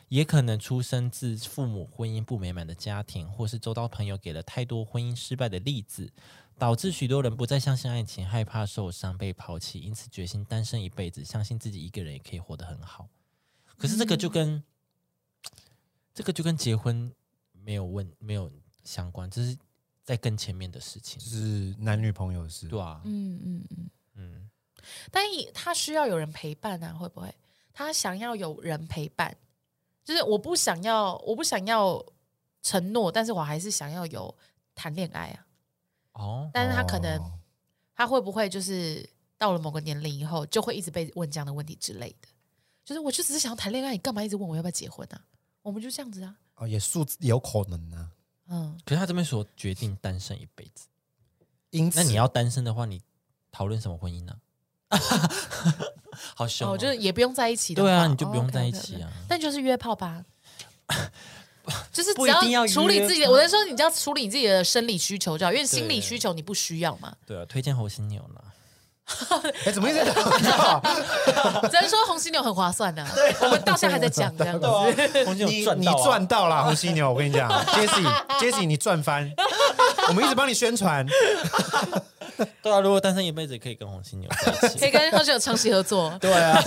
Speaker 1: 也可能出生自父母婚姻不美满的家庭，或是周遭朋友给了太多婚姻失败的例子，导致许多人不再相信爱情，害怕受伤被抛弃，因此决心单身一辈子，相信自己一个人也可以活得很好。可是这个就跟、这个就跟结婚没有问没有相关，这是在跟前面的事情
Speaker 3: 就。是男女朋友是，
Speaker 1: 对啊，
Speaker 2: 嗯嗯嗯，
Speaker 1: 嗯，
Speaker 2: 但也他需要有人陪伴啊，会不会？他想要有人陪伴，就是我不想要，我不想要承诺，但是我还是想要有谈恋爱啊。
Speaker 1: 哦，
Speaker 2: 但是他可能，
Speaker 3: 哦
Speaker 2: 他会不会就是到了某个年龄以后，就会一直被问这样的问题之类的？就是我就只是想要谈恋爱，你干嘛一直问我要不要结婚啊？我们就这样子啊，
Speaker 3: 哦也数字有可能啊，
Speaker 2: 嗯，
Speaker 1: 可是他这边所决定单身一辈子。
Speaker 3: 因此
Speaker 1: 那你要单身的话，你讨论什么婚姻呢、 好凶、哦
Speaker 2: 哦，就是也不用在一起的话，
Speaker 1: 对啊，你就不用在一
Speaker 2: 啊。
Speaker 1: 起
Speaker 2: OK，OK，OK
Speaker 1: 啊。
Speaker 2: 但就是约 炮吧。就是
Speaker 1: 不
Speaker 2: 只
Speaker 1: 一定要
Speaker 2: 要
Speaker 1: 约
Speaker 2: 处理自己的，
Speaker 1: 炮
Speaker 2: 我在说你只要处理你自己的生理需求就好，因为心
Speaker 1: 对
Speaker 2: 理需求你不需要嘛。
Speaker 1: 对啊，推荐侯心牛呢。
Speaker 3: 哎怎么一 直在讲广告
Speaker 2: 只能说红犀牛很划算呢、
Speaker 1: 啊
Speaker 2: 我们到现在还在讲这样子。
Speaker 1: 红心
Speaker 3: 你
Speaker 1: 牛赚
Speaker 3: 你
Speaker 1: 到、啊，
Speaker 3: 赚到啦，红犀牛，我跟 你讲，Jesse Jesse 你赚翻，我们一直帮你宣传，
Speaker 1: 对啊。如果单身一辈子，可以跟红心牛在一
Speaker 2: 可
Speaker 1: 起
Speaker 2: 以跟喝酒有长期合作，
Speaker 3: 对啊，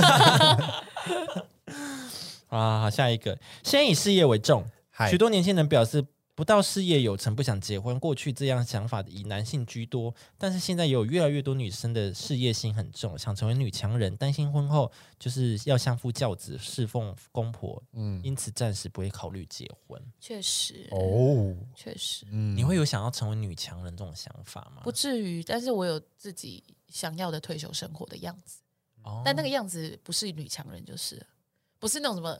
Speaker 1: 啊。好，下一个，先以事业为重。
Speaker 3: 嗨
Speaker 1: 许多年轻人表示，不到事业有成不想结婚。过去这样想法的以男性居多，但是现在有越来越多女生的事业心很重，想成为女强人，担心婚后就是要相夫教子、侍奉公婆，
Speaker 3: 嗯，
Speaker 1: 因此暂时不会考虑结婚。
Speaker 2: 确实，
Speaker 3: 哦，
Speaker 2: 确实
Speaker 3: 嗯，
Speaker 1: 你会有想要成为女强人这种想法吗？
Speaker 2: 不至于。但是我有自己想要的退休生活的样子，
Speaker 1: 哦，
Speaker 2: 但那个样子不是女强人，就是了不是那种什么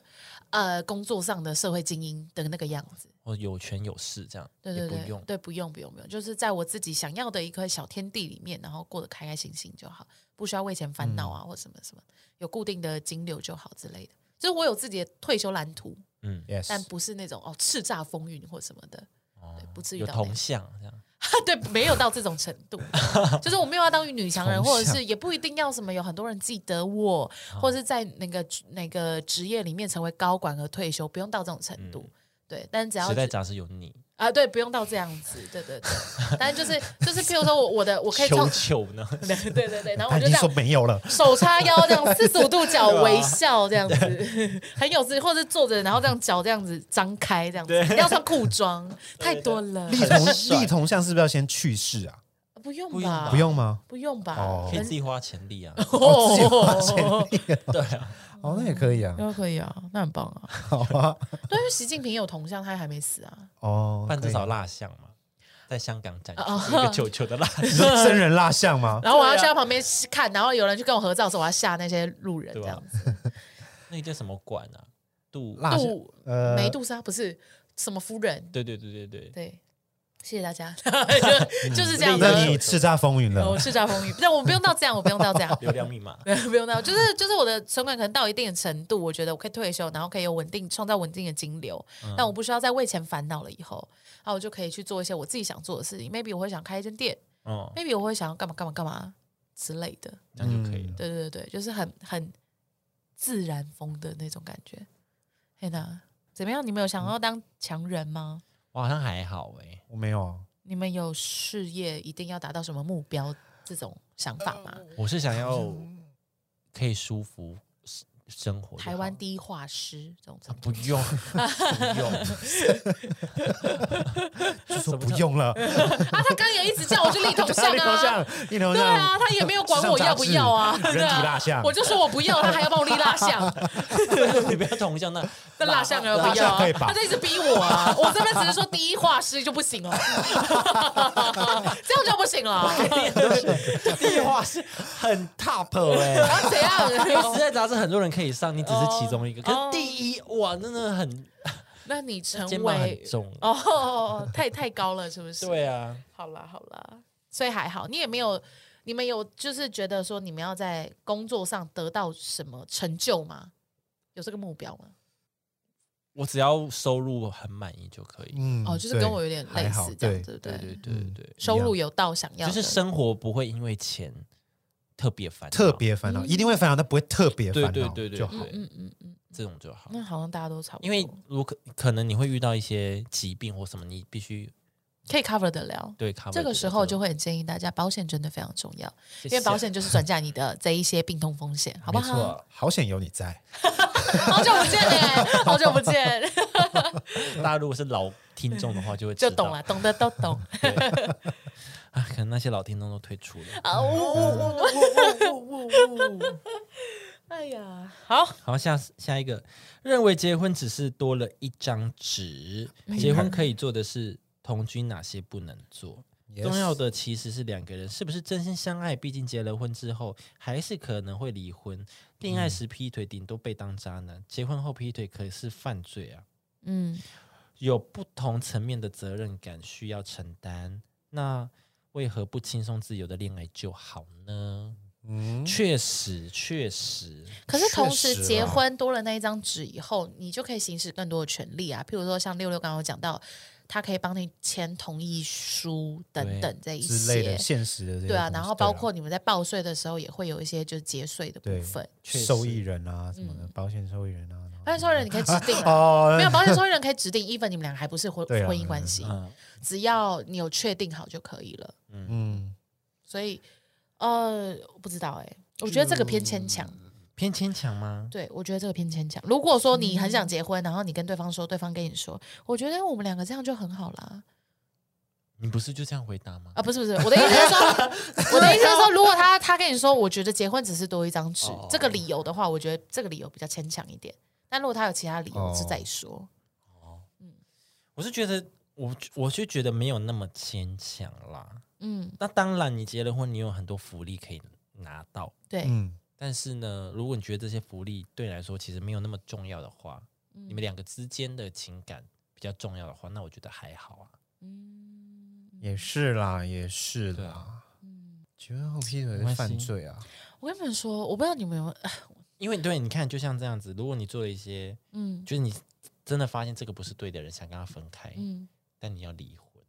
Speaker 2: 呃工作上的社会精英的那个样子。
Speaker 1: 我有权有势这样，
Speaker 2: 对对
Speaker 1: 也
Speaker 2: 对，
Speaker 1: 不用
Speaker 2: 对不用不用不用，就是在我自己想要的一块小天地里面，然后过得开开心心就好，不需要为钱烦恼啊、
Speaker 1: 嗯
Speaker 2: 或什么什么，有固定的金流就好之类的。就是我有自己的退休蓝图，
Speaker 1: 嗯，
Speaker 2: 但
Speaker 3: yes，
Speaker 2: 不是那种哦叱咤风云或什么的，对不至于
Speaker 1: 有
Speaker 2: 到
Speaker 1: 同向这样，
Speaker 2: 那对没有到这种程 度，就是我没有要当女强人，
Speaker 3: 同
Speaker 2: 或者
Speaker 3: 向
Speaker 2: 是也不一定要什么有很多人记得我，或者是在那个那个职业里面成为高管和退休，不用到这种程度。
Speaker 3: 嗯
Speaker 2: 对，但只要
Speaker 1: 时代
Speaker 2: 是
Speaker 1: 杂志有你，
Speaker 2: 啊，对，不用到这样子，对对对。 但就是就是，譬如说我我的我可以
Speaker 1: 球
Speaker 2: 从
Speaker 1: 球呢？
Speaker 2: 对对对，然后
Speaker 3: 他
Speaker 2: 我
Speaker 3: 已
Speaker 2: 就
Speaker 3: 经
Speaker 2: 这
Speaker 3: 说
Speaker 2: 样
Speaker 3: 没有 了，
Speaker 2: 手叉腰这 样四十五度角微笑这样子，
Speaker 3: 啊
Speaker 2: 很有姿，或者是坐着然后这样脚这样子张开这样子，一定要穿裤装，太多 了，
Speaker 3: 立同立同像是不是要先去世啊？
Speaker 2: 不用
Speaker 1: 不用吧
Speaker 2: 吧，
Speaker 3: 不用吗？
Speaker 2: 不用吧，
Speaker 3: 哦
Speaker 1: 可以自己花钱力啊，
Speaker 3: 哦，自己花钱立啊
Speaker 1: 对啊，
Speaker 3: 哦，那也可以啊，
Speaker 2: 那可以啊，那很棒啊，
Speaker 3: 好啊，
Speaker 2: 对，因为习近平有铜像，他还没死啊，
Speaker 3: 哦，
Speaker 1: 办至
Speaker 3: 可以
Speaker 1: 少蜡像嘛，在香港展
Speaker 2: 哦
Speaker 1: 出一个球球的蜡 像，
Speaker 3: 你说真人蜡像吗？
Speaker 2: 然后我要去他旁边看，然后有人去跟我合照的时候，我要吓那些路人
Speaker 1: 对
Speaker 2: 这
Speaker 1: 吧
Speaker 2: 样子，？
Speaker 1: 那个叫什么馆啊？杜，
Speaker 3: 蜡像
Speaker 2: 杜
Speaker 3: 呃
Speaker 2: 梅杜莎不是什么夫人，
Speaker 1: 对对对对对，
Speaker 2: 对，谢谢大家，就就是这样子。
Speaker 3: 那你叱咤风云
Speaker 2: 我
Speaker 3: 了，
Speaker 2: 叱咤风云，但我不用到这样，我不用到这样，。
Speaker 1: 流量密码
Speaker 2: 不用到，就是就是我的存款可能到一定的程度，我觉得我可以退休，然后可以有稳定创造稳定的金流，但我不需要再为钱烦恼了。以后，然后我就可以去做一些我自己想做的事情。Maybe 我会想开一间店
Speaker 1: 哦，
Speaker 2: ，Maybe 我会想要干嘛干嘛干嘛之类的。
Speaker 1: 这样就可以了。
Speaker 2: 对对对，对就是很很自然风的那种感觉。天哪，怎么样？你们有想要当强人吗？
Speaker 1: 我好像还好哎，
Speaker 3: 我没有 啊，
Speaker 2: 你们有事业一定要达到什么目标这种想法吗？
Speaker 1: 我是想要可以舒服生活就好。
Speaker 2: 台湾第一画师这种程 度
Speaker 1: 不 用不用，
Speaker 3: 就说不用 了，
Speaker 2: 啊，他刚也一直叫我去立头像
Speaker 3: 一头
Speaker 2: 啊。
Speaker 3: 像，一头
Speaker 2: 对
Speaker 3: 像，
Speaker 2: 啊，他也没有管我要不要啊，
Speaker 3: 时尚杂志
Speaker 2: 对
Speaker 3: 人体蜡
Speaker 2: 啊
Speaker 3: 像，
Speaker 2: 我就说我不要，他还要帮我立蜡 像，
Speaker 1: 你不要同 向那
Speaker 2: 那蜡像要
Speaker 3: 蜡
Speaker 2: 不要
Speaker 3: 像
Speaker 2: 啊
Speaker 3: 可以？吧
Speaker 2: 他就一直逼我啊，我这边只是说第一画师就不行了， 这样就不行了，
Speaker 1: 计划是很 top 哎、
Speaker 2: 然后怎
Speaker 1: 因为时
Speaker 2: 样？
Speaker 1: 代杂志很多人可以上，你只是其中一个。可
Speaker 2: 哦
Speaker 1: 是第一哇，真的很
Speaker 2: 那你成
Speaker 1: 肩膀很
Speaker 2: 为
Speaker 1: 重。
Speaker 2: 哦，太太高了，是不是？
Speaker 1: 对啊，
Speaker 2: 好啦好啦，所以还好，你也没有，你们有就是觉得说你们要在工作上得到什么成就吗？有这个目标吗？
Speaker 1: 我只要收入很满意就可以。
Speaker 3: 嗯
Speaker 2: 哦，就是
Speaker 3: 对
Speaker 2: 跟我有点类
Speaker 3: 还好
Speaker 2: 似这样，
Speaker 3: 对
Speaker 2: 对不
Speaker 1: 对对对对对，
Speaker 2: 收入
Speaker 3: 一样
Speaker 2: 有到想要
Speaker 1: 就
Speaker 2: 的，
Speaker 1: 是生活不会因为钱特别烦恼，
Speaker 3: 特别烦恼，
Speaker 2: 嗯
Speaker 3: 一定会烦恼，但不会特别烦恼，
Speaker 1: 对对对对
Speaker 3: 就
Speaker 1: 对
Speaker 3: 好。
Speaker 2: 嗯嗯嗯，
Speaker 1: 这种就好。
Speaker 2: 那好像大家都差不多，
Speaker 1: 因为如可可能你会遇到一些疾病或什么，你必须
Speaker 2: 可以 cover 得了。
Speaker 1: 对 cover
Speaker 2: 这个时候就
Speaker 1: 会
Speaker 2: 会很建议大家，保险真的非常重要，因为保险就是转嫁你的这一些病痛风险，好不
Speaker 3: 没
Speaker 2: 好？
Speaker 3: 错，好险有你 在，
Speaker 2: 好久不见哎、好久不见，
Speaker 1: 大家如果是 老听众的话，就会
Speaker 2: 就
Speaker 1: 知道
Speaker 2: 懂了，懂得都懂。
Speaker 1: 啊。可能那些老听众都退出了。
Speaker 2: 啊呜呜呜！哎呀，好，
Speaker 1: 好，下下一个，认为结婚只是多了一张纸，结婚可以做的是同居哪些不能做。
Speaker 3: Yes
Speaker 1: 重要的其实是两个人是不是真心相爱，毕竟结了婚之后还是可能会离婚。恋爱时劈腿顶多被当渣男，结婚后劈腿可是犯罪啊。
Speaker 2: 嗯，
Speaker 1: 有不同层面的责任感需要承担，那为何不轻松自由的恋爱就好呢？
Speaker 3: 嗯，
Speaker 1: 确实，确实，
Speaker 2: 可是同
Speaker 3: 确
Speaker 2: 时
Speaker 3: 实
Speaker 2: 结
Speaker 3: 啊
Speaker 2: 婚多了那一张纸以后，你就可以行使更多的权利啊，譬如说像六六刚刚有讲到，他可以帮你签同意书等等这一
Speaker 3: 之类
Speaker 2: 些。
Speaker 3: 的现实的这些
Speaker 2: 对啊，
Speaker 3: 东西
Speaker 2: 然后包括你们在报税的时候也会有一些就是节税的部
Speaker 3: 对
Speaker 2: 分。
Speaker 1: 确实
Speaker 3: 受益人啊什么的，保险受益人啊，然后
Speaker 2: 保险受益人你可以指定啊，
Speaker 3: 哦，
Speaker 2: 嗯没有保险受益人可以指定，even 你们两个还不是婚
Speaker 3: 对啊
Speaker 2: 婚姻关系，
Speaker 1: 嗯，
Speaker 2: 只要你有确定好就可以了。
Speaker 3: 嗯，
Speaker 2: 所以，呃，我不知道哎、我觉得这个偏牵强。
Speaker 1: 偏牵强吗？
Speaker 2: 对，我觉得这个偏牵强。如果说你很想结婚，然后你跟对方说，对方跟你说，我觉得我们两个这样就很好啦。
Speaker 1: 你不是就这样回答吗？
Speaker 2: 啊，不是不是，我的意思 是说，我的意思是说，如果他他跟你说，我觉得结婚只是多一张纸、
Speaker 1: 哦
Speaker 2: 这个理由的话，我觉得这个理由比较牵强一点。但如果他有其他理由，
Speaker 3: 哦
Speaker 2: 是再说。
Speaker 1: 我是觉得，我我是觉得没有那么牵强啦。
Speaker 2: 嗯，
Speaker 1: 那当然，你结了婚，你有很多福利可以拿到，
Speaker 2: 对，
Speaker 3: 嗯，
Speaker 1: 但是呢，如果你觉得这些福利对你来说其实没有那么重要的话，
Speaker 2: 嗯
Speaker 1: 你们两个之间的情感比较重要的话，那我觉得还好啊。
Speaker 2: 嗯，
Speaker 3: 也是啦，也是
Speaker 1: 对
Speaker 3: 啦
Speaker 1: 啊，
Speaker 3: 结婚后劈腿
Speaker 1: 没
Speaker 3: 是
Speaker 1: 关系
Speaker 3: 犯罪啊，
Speaker 2: 我跟你们说，我不知道你们有没有，
Speaker 1: 因为对，你看，就像这样子，如果你做了一些，
Speaker 2: 嗯
Speaker 1: 就是你真的发现这个不是对的人，想跟他分开，
Speaker 2: 嗯
Speaker 1: 但你要离婚，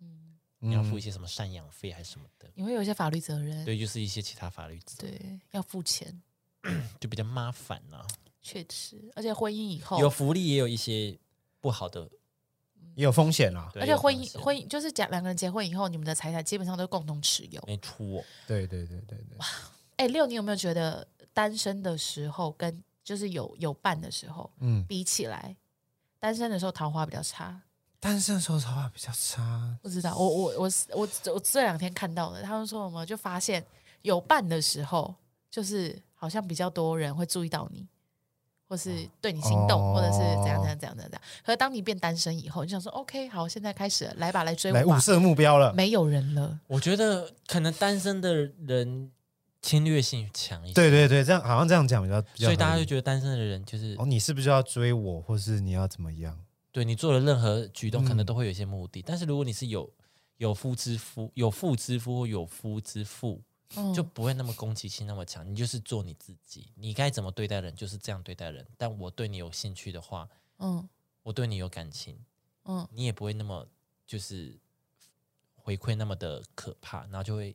Speaker 2: 嗯，
Speaker 1: 你要
Speaker 3: 嗯
Speaker 1: 付一些什么赡养费还是什么的，
Speaker 2: 你会有一些法律责任，
Speaker 1: 对，就是一些其他法律责任，
Speaker 2: 对，要付钱，
Speaker 1: 就比较麻烦啦、
Speaker 2: 确实，而且婚姻以后
Speaker 1: 有福利也有一些不好的，
Speaker 3: 也有风险啊啦，
Speaker 1: 对
Speaker 2: 而且婚姻
Speaker 1: 有风险
Speaker 2: 婚姻就是讲两个人结婚以后，你们的财产基本上都共同持有。
Speaker 1: 没哦错，
Speaker 3: 对对对对对，
Speaker 2: 哎，六，你有没有觉得单身的时候跟就是有有伴的时候
Speaker 3: 嗯，
Speaker 2: 比起来，单身的时候桃花比较差？
Speaker 3: 单身的时候头发比较差，
Speaker 2: 不知道，我我我我我这两天看到的，他们说什么就发现有伴的时候，就是好像比较多人会注意到你，或是对你心动，
Speaker 3: 哦
Speaker 2: 或者是怎样怎样怎样怎样怎样。可是当你变单身以后，你想说 OK，好，现在开始了来吧，来追
Speaker 3: 来
Speaker 2: 我
Speaker 3: 物
Speaker 2: 吧，
Speaker 3: 色目标了，
Speaker 2: 没有人了。
Speaker 1: 我觉得可能单身的人侵略性强一些，
Speaker 3: 对对对，这样好像这样讲比较，比较
Speaker 1: 所以大
Speaker 3: 合
Speaker 1: 家
Speaker 3: 理
Speaker 1: 就觉得单身的人就是、
Speaker 3: 哦，你是不是要追我，或是你要怎么样？
Speaker 1: 对你做的任何举动，可
Speaker 3: 嗯
Speaker 1: 能都会有一些目的。但是如果你是有有夫之夫、有妇之夫或有夫之妇，
Speaker 2: 嗯
Speaker 1: 就不会那么攻击性那么强。你就是做你自己，你该怎么对待人就是这样对待人。但我对你有兴趣的话，
Speaker 2: 嗯
Speaker 1: 我对你有感情，
Speaker 2: 嗯
Speaker 1: 你也不会那么就是回馈那么的可怕，然后就会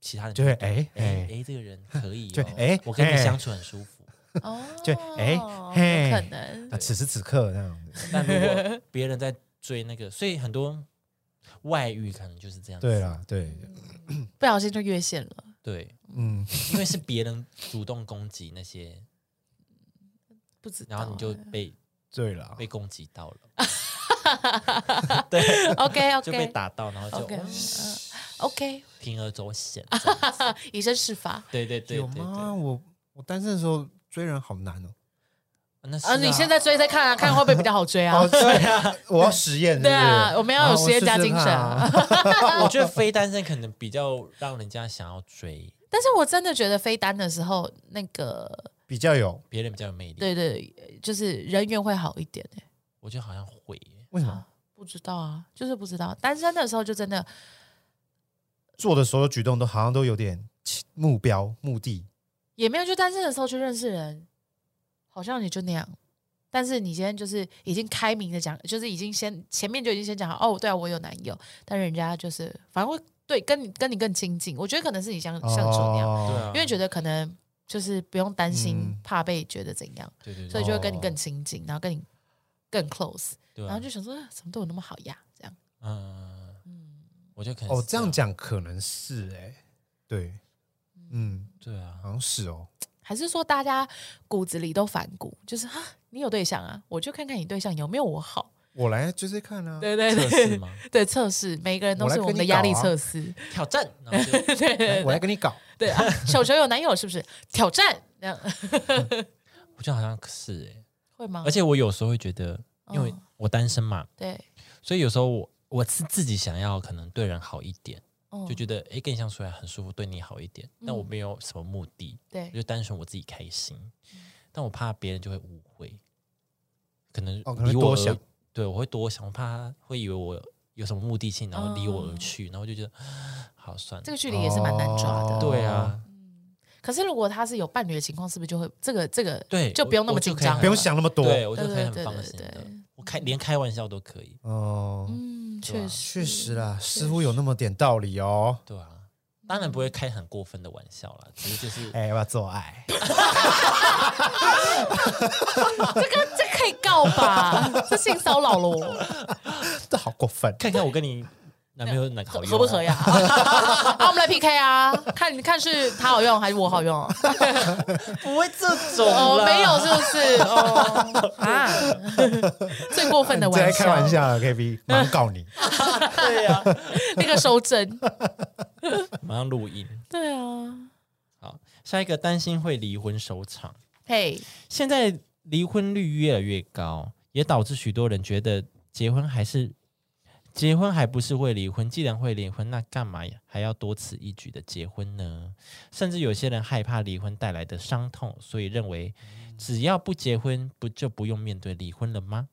Speaker 1: 其他人
Speaker 3: 就会哎
Speaker 1: 哎
Speaker 3: 哎，
Speaker 1: 哎，这个人可以、哦，
Speaker 3: 就哎
Speaker 1: 我跟你
Speaker 3: 哎
Speaker 1: 相处很舒服。
Speaker 2: 哦，
Speaker 3: 就哎嘿呃
Speaker 2: 有可能
Speaker 3: 那啊此时此刻这样子，
Speaker 1: 但如果别人在追那个，所以很多外遇可能就是这样子。
Speaker 3: 对啦，对，
Speaker 2: 不小心就越线了。
Speaker 1: 对，
Speaker 3: 嗯，
Speaker 1: 因为是别人主动攻击那些
Speaker 2: 不知道
Speaker 1: 然
Speaker 2: 啊。
Speaker 1: 后你 就被
Speaker 3: 对了，
Speaker 1: 被攻击到了，
Speaker 2: OK
Speaker 1: 就被
Speaker 2: OK
Speaker 1: 打到，然后就
Speaker 2: OK 嗯
Speaker 1: 哦
Speaker 2: OK，
Speaker 1: 铤而走险。
Speaker 2: 以身试法啊
Speaker 1: 对对对
Speaker 3: 有
Speaker 1: 对对，
Speaker 3: 吗？我我单身的时候追人好 难哦。
Speaker 1: 那是
Speaker 2: 啊！你现在追再看啊，看会不会比较好追啊
Speaker 3: 哦，？对啊，我要实验。
Speaker 2: 对啊
Speaker 3: 是不是
Speaker 2: 我们要有实验家精神
Speaker 3: 好我试试 看 啊
Speaker 1: 我
Speaker 2: 哦
Speaker 1: 觉得非单身可能比较让人家想要追，
Speaker 2: 但是我真的觉得飞单的时候，那个
Speaker 3: 比较有。
Speaker 1: 别人比较有魅力。
Speaker 2: 对对，就是人缘会好一点欸
Speaker 1: 我觉得好像会耶，
Speaker 3: 为什么
Speaker 2: 不知道啊，就是不知道。单身的时候就真的
Speaker 3: 做的所有举动都好像都有点目标目的？
Speaker 2: 也没有，就单身的时候去认识人，好像你就那样。但是你今天就是已经开明的讲，就是已经先前面就已经先讲好哦，对啊，我有男友，但人家就是反正会对跟你跟你更亲近。我觉得可能是你相相
Speaker 3: 哦
Speaker 2: 处那样，
Speaker 1: 对啊
Speaker 2: 因，为觉得可能就是不用担心、
Speaker 3: 嗯
Speaker 2: 怕被觉得怎样，
Speaker 1: 对对
Speaker 2: 所以
Speaker 1: 对
Speaker 2: 就会跟你
Speaker 3: 哦
Speaker 2: 更亲近，然后跟你更 close，
Speaker 1: 对啊，
Speaker 2: 然后就想说、啊怎么对我那么好呀？这样，
Speaker 1: 嗯，
Speaker 2: 嗯，
Speaker 1: 我觉得可能
Speaker 3: 哦，
Speaker 1: 是啊
Speaker 3: 这样，讲可能是哎，对，嗯，
Speaker 1: 对 啊，
Speaker 3: 好像是哦。
Speaker 2: 还是说大家骨子里都反骨，就是啊，你有对象啊，我就看看你对象有没有我好。
Speaker 3: 我来追追看啊。
Speaker 2: 对对
Speaker 1: 测试
Speaker 2: 对，
Speaker 1: 吗？
Speaker 2: 对测试，每个人都
Speaker 3: 我来
Speaker 2: 是
Speaker 3: 跟
Speaker 2: 我们的
Speaker 3: 你
Speaker 2: 压
Speaker 3: 搞
Speaker 2: 力
Speaker 3: 啊
Speaker 2: 测试。
Speaker 1: 挑战，然后就
Speaker 2: 对对
Speaker 3: 来 我
Speaker 2: 对
Speaker 3: 来跟你搞。
Speaker 2: 对啊， 小球有男友是不是？挑战这样
Speaker 1: 我觉得好像是哎，
Speaker 2: 会吗？
Speaker 1: 而且我有时候会觉得，因为
Speaker 2: 嗯
Speaker 1: 我单身嘛，
Speaker 2: 对，
Speaker 1: 所以有时候我我是自己想要可能对人好一点，
Speaker 2: 嗯
Speaker 1: 就觉得哎跟你相处来很舒服，对你好一点，但我没有什么目的，
Speaker 2: 对嗯
Speaker 1: 我就单纯我自己开心，但我怕别人就会误会，可能
Speaker 3: 哦可能
Speaker 1: 离我
Speaker 3: 多想
Speaker 1: 而，对我会多想，我怕他会以为我有什么目的性，然后离我而去，然后我就觉得好算
Speaker 2: 嗯这
Speaker 1: 了，
Speaker 2: 个距离也是蛮难抓的。
Speaker 3: 哦
Speaker 1: 对啊，
Speaker 2: 可是如果他是有伴侣的情况，是不是就会这个这个
Speaker 1: 对
Speaker 2: 就不用那
Speaker 1: 我
Speaker 2: 么
Speaker 1: 就
Speaker 2: 紧
Speaker 1: 可以
Speaker 2: 张，
Speaker 1: 很
Speaker 3: 不用。想那么多。
Speaker 1: 对我就
Speaker 2: 对
Speaker 1: 可以
Speaker 2: 对
Speaker 1: 很
Speaker 2: 对
Speaker 1: 放
Speaker 2: 对
Speaker 1: 心
Speaker 2: 对
Speaker 1: 的，我开连开玩笑都可以，
Speaker 3: 哦，
Speaker 2: 嗯，
Speaker 1: 对
Speaker 2: 确
Speaker 1: 啊
Speaker 2: 实
Speaker 3: 确实啦，似乎有那么点道理哦。
Speaker 1: 对啊，当然不会开很过分的玩笑
Speaker 2: 嗯
Speaker 1: 啦，只是就是
Speaker 3: 哎，要不要做 爱？
Speaker 2: 啊这个 这可以告吧？ 这性骚扰喽，
Speaker 3: 这好过分。
Speaker 1: 看看我跟你男朋友啊哪个好用，
Speaker 2: 合不合？ 呀？啊，我们来 PK 啊，看看是他好用还是我好用？啊
Speaker 1: 不会这种
Speaker 2: 哦
Speaker 1: 啦，，
Speaker 2: 没有，是不是？ 哦啊， 最过分的
Speaker 3: 这还
Speaker 2: 玩笑，
Speaker 3: 开玩笑啊 ，K B，马上 告你。
Speaker 1: 对呀，
Speaker 2: 那个收 针，
Speaker 1: 马上录音。
Speaker 2: 对啊，
Speaker 1: 好，下一个担心会离婚收场。
Speaker 2: 嘿，
Speaker 1: 现在离婚率越来越高，也导致许多人觉得结婚还是结婚还不是会离婚。既然会离婚，那干嘛还要多此一举的结婚呢？甚至有些人害怕离婚带来的伤痛，所以认为只要不结婚，不就不用面对离婚了吗？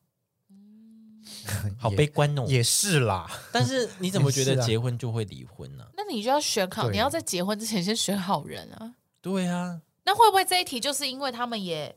Speaker 1: 好悲观哦！
Speaker 3: 也是啦，
Speaker 1: 但是你怎么觉
Speaker 3: 也是
Speaker 1: 得
Speaker 3: 啊
Speaker 1: 结婚就会离婚呢、
Speaker 2: 那你就要选好，
Speaker 3: 对
Speaker 2: 你要在结婚之前先选好人啊。
Speaker 1: 对啊，
Speaker 2: 那会不会这一题就是因为他们也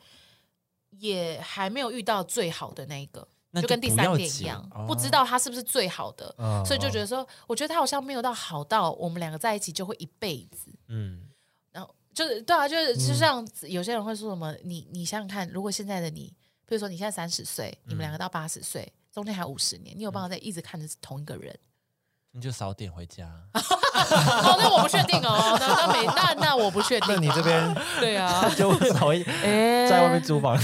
Speaker 2: 也还没没有遇到最好的那一个？
Speaker 1: 那
Speaker 2: 就跟
Speaker 1: 不
Speaker 2: 第三
Speaker 1: 要
Speaker 2: 点一
Speaker 1: 结
Speaker 2: 样，
Speaker 1: 哦
Speaker 2: 不知道他是不是最好的，
Speaker 3: 嗯
Speaker 2: 所以就觉得说，我觉得他好像没有到好到我们两个在一起就会一辈子。
Speaker 1: 嗯，
Speaker 2: 然后就是对啊，就是
Speaker 3: 嗯
Speaker 2: 就像有些人会说什么，你你想想看，如果现在的你，比如说你现在三十岁，你们两个
Speaker 3: 嗯
Speaker 2: 到八十岁，中间还有五十年，你有办法再一直看着同一个人？
Speaker 1: 你就少点回 家。
Speaker 2: 哦，那我不确定哦，那那没那那我不确
Speaker 3: 那
Speaker 2: 定，
Speaker 3: 你这边
Speaker 2: 对啊，
Speaker 1: 就少 一
Speaker 2: 哎
Speaker 1: 在外面租房。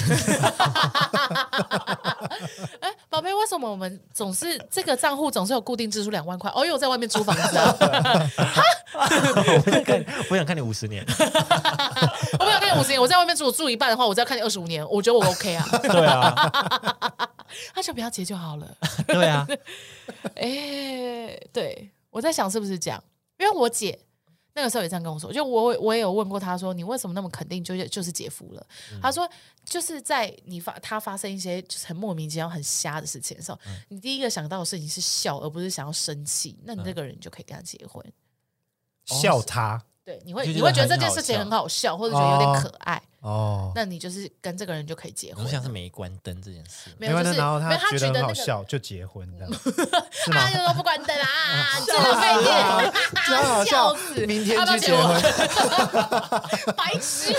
Speaker 2: 哎，宝贝，为什么我们总是这个账户总是有固定支出两万块？哦，因为我在外面租房子啊，
Speaker 1: 我想看， 我想看你五十年。
Speaker 2: 我没有看你五十年，我在外面住住一半的话，我只要看你二十五年，我觉得我 OK 啊，
Speaker 1: 对啊，
Speaker 2: 那就不要结就好了。
Speaker 1: 对啊，
Speaker 2: 哎、对我在想是不是这样，因为我姐那个时候也这样跟我说，就我我也有问过她说，你为什么那么肯定就是就是姐夫了？
Speaker 3: 嗯
Speaker 2: 她说就是在你发他发生一些就是很莫名其妙很瞎的事情的时候，
Speaker 3: 嗯
Speaker 2: 你第一个想到的事情是笑，而不是想要生气，那你
Speaker 3: 嗯
Speaker 2: 这个人就可以跟他结婚。
Speaker 3: 哦笑他
Speaker 2: 对，你会
Speaker 1: 就觉
Speaker 2: 你
Speaker 1: 得
Speaker 2: 会觉得这
Speaker 1: 很
Speaker 2: 件
Speaker 1: 好
Speaker 2: 事情
Speaker 1: 笑
Speaker 2: 很好笑，或者觉得有点
Speaker 3: 哦
Speaker 2: 可爱，
Speaker 3: 哦，
Speaker 2: 那你就是跟这个人就可以结
Speaker 1: 我
Speaker 2: 婚。
Speaker 1: 想是没关灯这件 事。
Speaker 2: 没有，
Speaker 3: 关
Speaker 2: 就
Speaker 3: 系
Speaker 2: 是
Speaker 3: 然后
Speaker 2: 没有他
Speaker 3: 他觉得很
Speaker 2: 那
Speaker 3: 好
Speaker 2: 个
Speaker 3: 笑，就结婚 这样，是
Speaker 2: 啊，
Speaker 3: 吗？
Speaker 2: 就说不关灯 啊，真的费电，
Speaker 3: 真好笑
Speaker 2: 笑死，
Speaker 3: 明天
Speaker 2: 要不要
Speaker 3: 去
Speaker 2: 结
Speaker 3: 结婚，
Speaker 2: 白痴，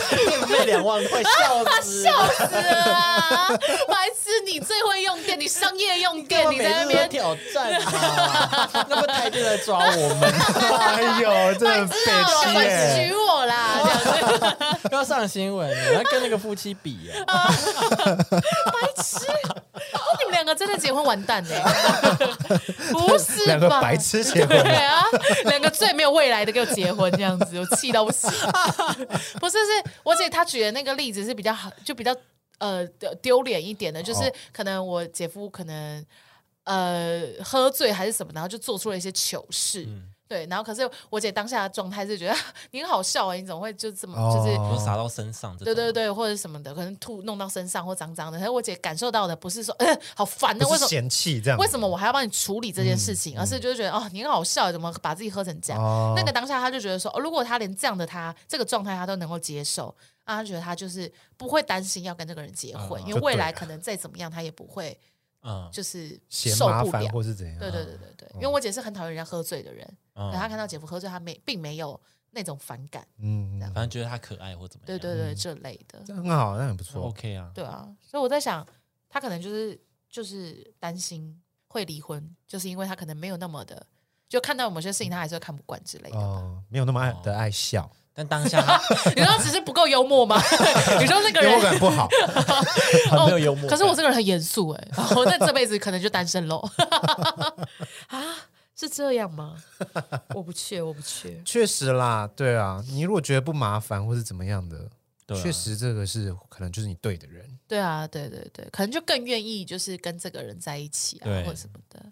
Speaker 1: 费两万块，笑死！
Speaker 2: 笑死了啊，白痴，你最会用电，你商业用电，你在那边，
Speaker 1: 挑战 啊？那不台电来抓我们？
Speaker 3: 哎呦，真的
Speaker 2: 白痴啊，赶
Speaker 3: 北七
Speaker 2: 快
Speaker 3: 耶！
Speaker 2: 娶我啦，这样子
Speaker 1: 要上新闻，你要跟那个夫妻 比啊，
Speaker 2: 白痴，你们两个真的结婚完蛋呢、不啊是吧？
Speaker 3: 两个白痴结 婚
Speaker 2: 对啊，两个最没有未来的给我结婚这样子，我气到不 行。不是，是我姐她举的那个例子是比较好，就比较呃丢丢脸一点的，就是
Speaker 3: 哦
Speaker 2: 可能我姐夫可能呃喝醉还是什么，然后就做出了一些糗事。
Speaker 3: 嗯
Speaker 2: 对，然后可是我姐当下的状态是觉得 你很好笑啊、你怎么会就这么、
Speaker 3: 哦
Speaker 2: 就是
Speaker 1: 都哦撒到身上这
Speaker 2: 对
Speaker 1: 种，
Speaker 2: 对对，或者什么的，可能吐弄到身上或脏脏的。可是我姐感受到的不是说，呃，好烦的，
Speaker 3: 不
Speaker 2: 为
Speaker 3: 是
Speaker 2: 什么？
Speaker 3: 嫌弃这 样，
Speaker 2: 为什么我还要帮你处理这件事情？而是就是觉得哦，你很好笑，怎么把自己喝成这样？
Speaker 3: 嗯哦
Speaker 2: 那个当下他就觉得说，哦，如果他连这样的他这个状态他都能够接受，啊，他觉得他就是不会担心要跟这个人结婚，因
Speaker 3: 就
Speaker 2: 为未
Speaker 3: 啊对
Speaker 2: 来
Speaker 3: 了
Speaker 2: 可能再怎么样他也不会
Speaker 1: 嗯，
Speaker 2: 就是
Speaker 3: 嫌
Speaker 2: 受
Speaker 3: 麻
Speaker 2: 不
Speaker 3: 烦哦
Speaker 2: 了。
Speaker 3: 或是怎样？啊
Speaker 2: 对对对对对，因为我姐是很讨厌人家喝醉的人，
Speaker 3: 哦
Speaker 1: 嗯
Speaker 2: 然后她看到姐夫喝醉，她没并没有那种反感，
Speaker 3: 嗯，嗯
Speaker 1: 反正觉得他可爱或怎么样，
Speaker 2: 对对对，这类的。
Speaker 3: 这样很好，那很不错。
Speaker 1: ，OK 啊，
Speaker 2: 对啊，所以我在想，他可能就是就是担心会离婚，就是因为他可能没有那么的，就看到某些事情他还是会看不惯之类的。
Speaker 3: 哦，没有那么爱的爱笑，
Speaker 1: 但当下 他
Speaker 2: 你说只是不够幽默吗？ 你说那个
Speaker 3: 幽默
Speaker 2: 人。哦
Speaker 3: 感不好，
Speaker 1: 很没有幽默感，
Speaker 2: 可是我这个人很严肃哎、我那这辈子可能就单身喽。 啊，是这样吗？我不缺，我不缺。
Speaker 3: 确实啦，对啊，你如果觉得不麻烦或是怎么样的，
Speaker 1: 对啊
Speaker 3: 确实这个是可能就是你对的人。
Speaker 2: 对啊，对对对，可能就更愿意就是跟这个人在一起啊，
Speaker 1: 对
Speaker 2: 或者什么的。